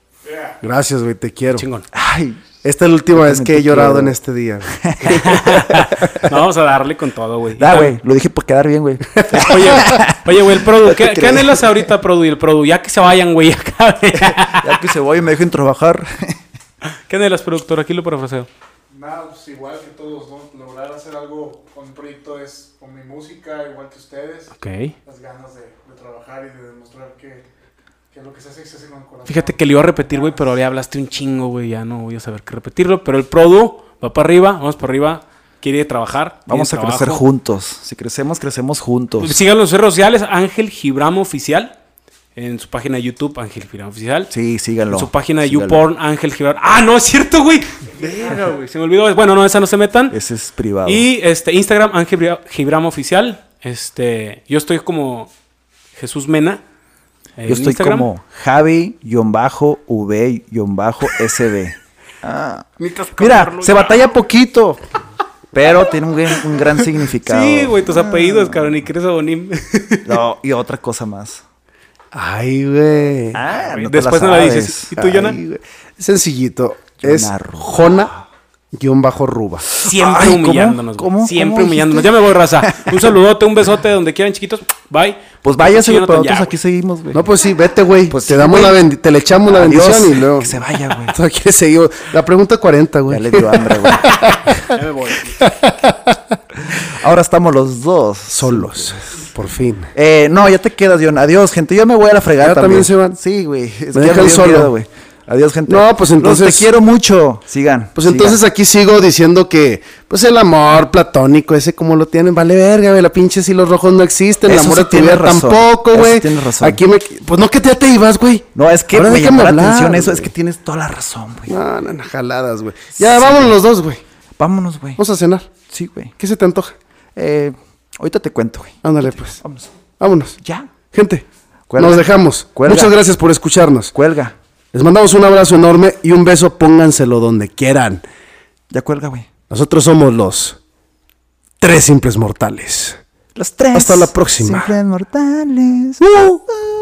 Speaker 1: Gracias, güey, te quiero.
Speaker 2: Chingón.
Speaker 3: Ay,
Speaker 1: Esta es la última vez que he
Speaker 3: te
Speaker 1: llorado
Speaker 3: quiero.
Speaker 1: en este día. güey.
Speaker 2: No, vamos a darle con todo, güey.
Speaker 3: da, güey. Lo dije por quedar bien, güey.
Speaker 2: Oye, oye, güey, el Produ. ¿Qué,
Speaker 3: creo.
Speaker 2: qué anhelas ahorita, Produ? Y el Produ, ya que se vayan, güey. acá.
Speaker 3: Ya que se voy y me dejen trabajar.
Speaker 2: ¿Qué anhelas, productor? Aquí lo parafraseo.
Speaker 5: Nada, pues igual que todos, ¿no? Lograr hacer algo con un proyecto es con mi música, igual que ustedes.
Speaker 2: Ok.
Speaker 5: Las ganas de, de trabajar y de demostrar que, que lo que se hace se hace con el corazón.
Speaker 2: Fíjate que le iba a repetir, güey, pero ahora ya hablaste un chingo, güey. Ya no voy a saber qué repetirlo. Pero el Produ va para arriba, vamos para arriba. Quiere trabajar.
Speaker 3: Vamos a
Speaker 2: quiere
Speaker 3: crecer
Speaker 2: trabajo.
Speaker 3: juntos. Si crecemos, crecemos juntos.
Speaker 2: Síganlo en sus redes sociales. Ángel Gibramo Oficial. En su página de YouTube, Ángel Gibramo Oficial.
Speaker 3: Sí, síganlo.
Speaker 2: En su página de
Speaker 3: síganlo.
Speaker 2: YouPorn, Ángel Gibramo. ¡Ah, no, es cierto, güey! Verga, güey. Se me olvidó. Bueno, no, esa no se metan.
Speaker 3: Ese es privado.
Speaker 2: Y este Instagram, Ángel Bra- Gibramo Oficial. Este, yo estoy como Jesús Mena. en
Speaker 3: Yo estoy
Speaker 2: Instagram.
Speaker 3: como Javi-V-SB. Ah. Mira, se batalla poquito, pero tiene un, gran- un gran significado.
Speaker 2: Sí, güey, tus
Speaker 3: Ah.
Speaker 2: apellidos, cabrón, y que eres abonim.
Speaker 3: No, y otra cosa más.
Speaker 1: Ay, güey.
Speaker 3: Ah,
Speaker 2: güey,
Speaker 3: no te
Speaker 2: después
Speaker 3: la
Speaker 2: no la
Speaker 3: sabes.
Speaker 2: dices. ¿Y tú, Jonah?
Speaker 1: Ay, güey. Sencillito.
Speaker 3: Jonah
Speaker 1: es
Speaker 3: Ruba.
Speaker 1: Jona guión bajo Ruba.
Speaker 2: Siempre
Speaker 3: Ay, ¿cómo?
Speaker 2: humillándonos, güey.
Speaker 3: ¿Cómo?
Speaker 2: Siempre
Speaker 3: ¿Cómo
Speaker 2: humillándonos. Ya me voy, raza. Un saludote, un besote donde quieran, chiquitos. Bye.
Speaker 3: Pues váyase, güey,
Speaker 2: Jonathan,
Speaker 3: pero
Speaker 2: ya,
Speaker 3: nosotros aquí
Speaker 2: güey.
Speaker 3: seguimos, güey.
Speaker 1: No, pues sí, vete, güey.
Speaker 3: Pues
Speaker 1: te
Speaker 3: sí,
Speaker 1: damos
Speaker 3: güey.
Speaker 1: la bendi- te le echamos la
Speaker 3: Adiós,
Speaker 1: bendición y luego.
Speaker 3: Que se vaya, güey.
Speaker 1: Todavía quiere seguir. La pregunta 40, güey.
Speaker 3: Ya le dio hambre, güey.
Speaker 2: Ya me voy.
Speaker 3: Ahora estamos los dos.
Speaker 1: Solos. Por fin.
Speaker 3: Eh, no, ya te quedas, John. Adiós, gente. Yo me voy a la fregada
Speaker 1: Ya
Speaker 3: también.
Speaker 1: también se van.
Speaker 3: Sí, güey. Es que ya
Speaker 1: Me dejan
Speaker 3: me dio
Speaker 1: solo.
Speaker 3: miedo, güey. Adiós, gente.
Speaker 1: No, pues
Speaker 3: Los
Speaker 1: entonces-
Speaker 3: te quiero mucho. Sigan.
Speaker 1: Pues entonces
Speaker 3: sigan.
Speaker 1: aquí sigo diciendo que, pues el amor platónico, ese como lo tienen, vale verga, güey. La pinche si los rojos no existen, el
Speaker 3: Eso
Speaker 1: amor
Speaker 3: sí
Speaker 1: de tu vida
Speaker 3: tienes razón,
Speaker 1: tampoco,
Speaker 3: eso
Speaker 1: güey.
Speaker 3: sí tienes razón.
Speaker 1: Aquí me. Pues no, que ya te ibas, güey.
Speaker 3: No, es que
Speaker 1: Ahora
Speaker 3: me
Speaker 1: déjame
Speaker 3: llamó la
Speaker 1: hablar,
Speaker 3: atención eso. Es
Speaker 1: güey.
Speaker 3: que tienes toda la razón, güey.
Speaker 1: No, no, no, jaladas, güey. Ya, vámonos los dos, güey.
Speaker 3: Vámonos, güey.
Speaker 1: Vamos a cenar.
Speaker 3: Sí, güey.
Speaker 1: ¿Qué se te antoja?
Speaker 3: Eh, ahorita te cuento, güey.
Speaker 1: Ándale, pues.
Speaker 3: Vamos.
Speaker 1: Vámonos.
Speaker 3: Ya.
Speaker 1: Gente,
Speaker 3: Cuelga.
Speaker 1: nos dejamos.
Speaker 3: Cuelga.
Speaker 1: Muchas gracias por escucharnos.
Speaker 3: Cuelga.
Speaker 1: Les mandamos un abrazo enorme y un beso, pónganselo donde quieran.
Speaker 3: Ya cuelga, güey.
Speaker 1: Nosotros somos los tres simples mortales.
Speaker 3: Los tres.
Speaker 1: Hasta la próxima.
Speaker 3: Siempre mortales.
Speaker 1: ¡Uh!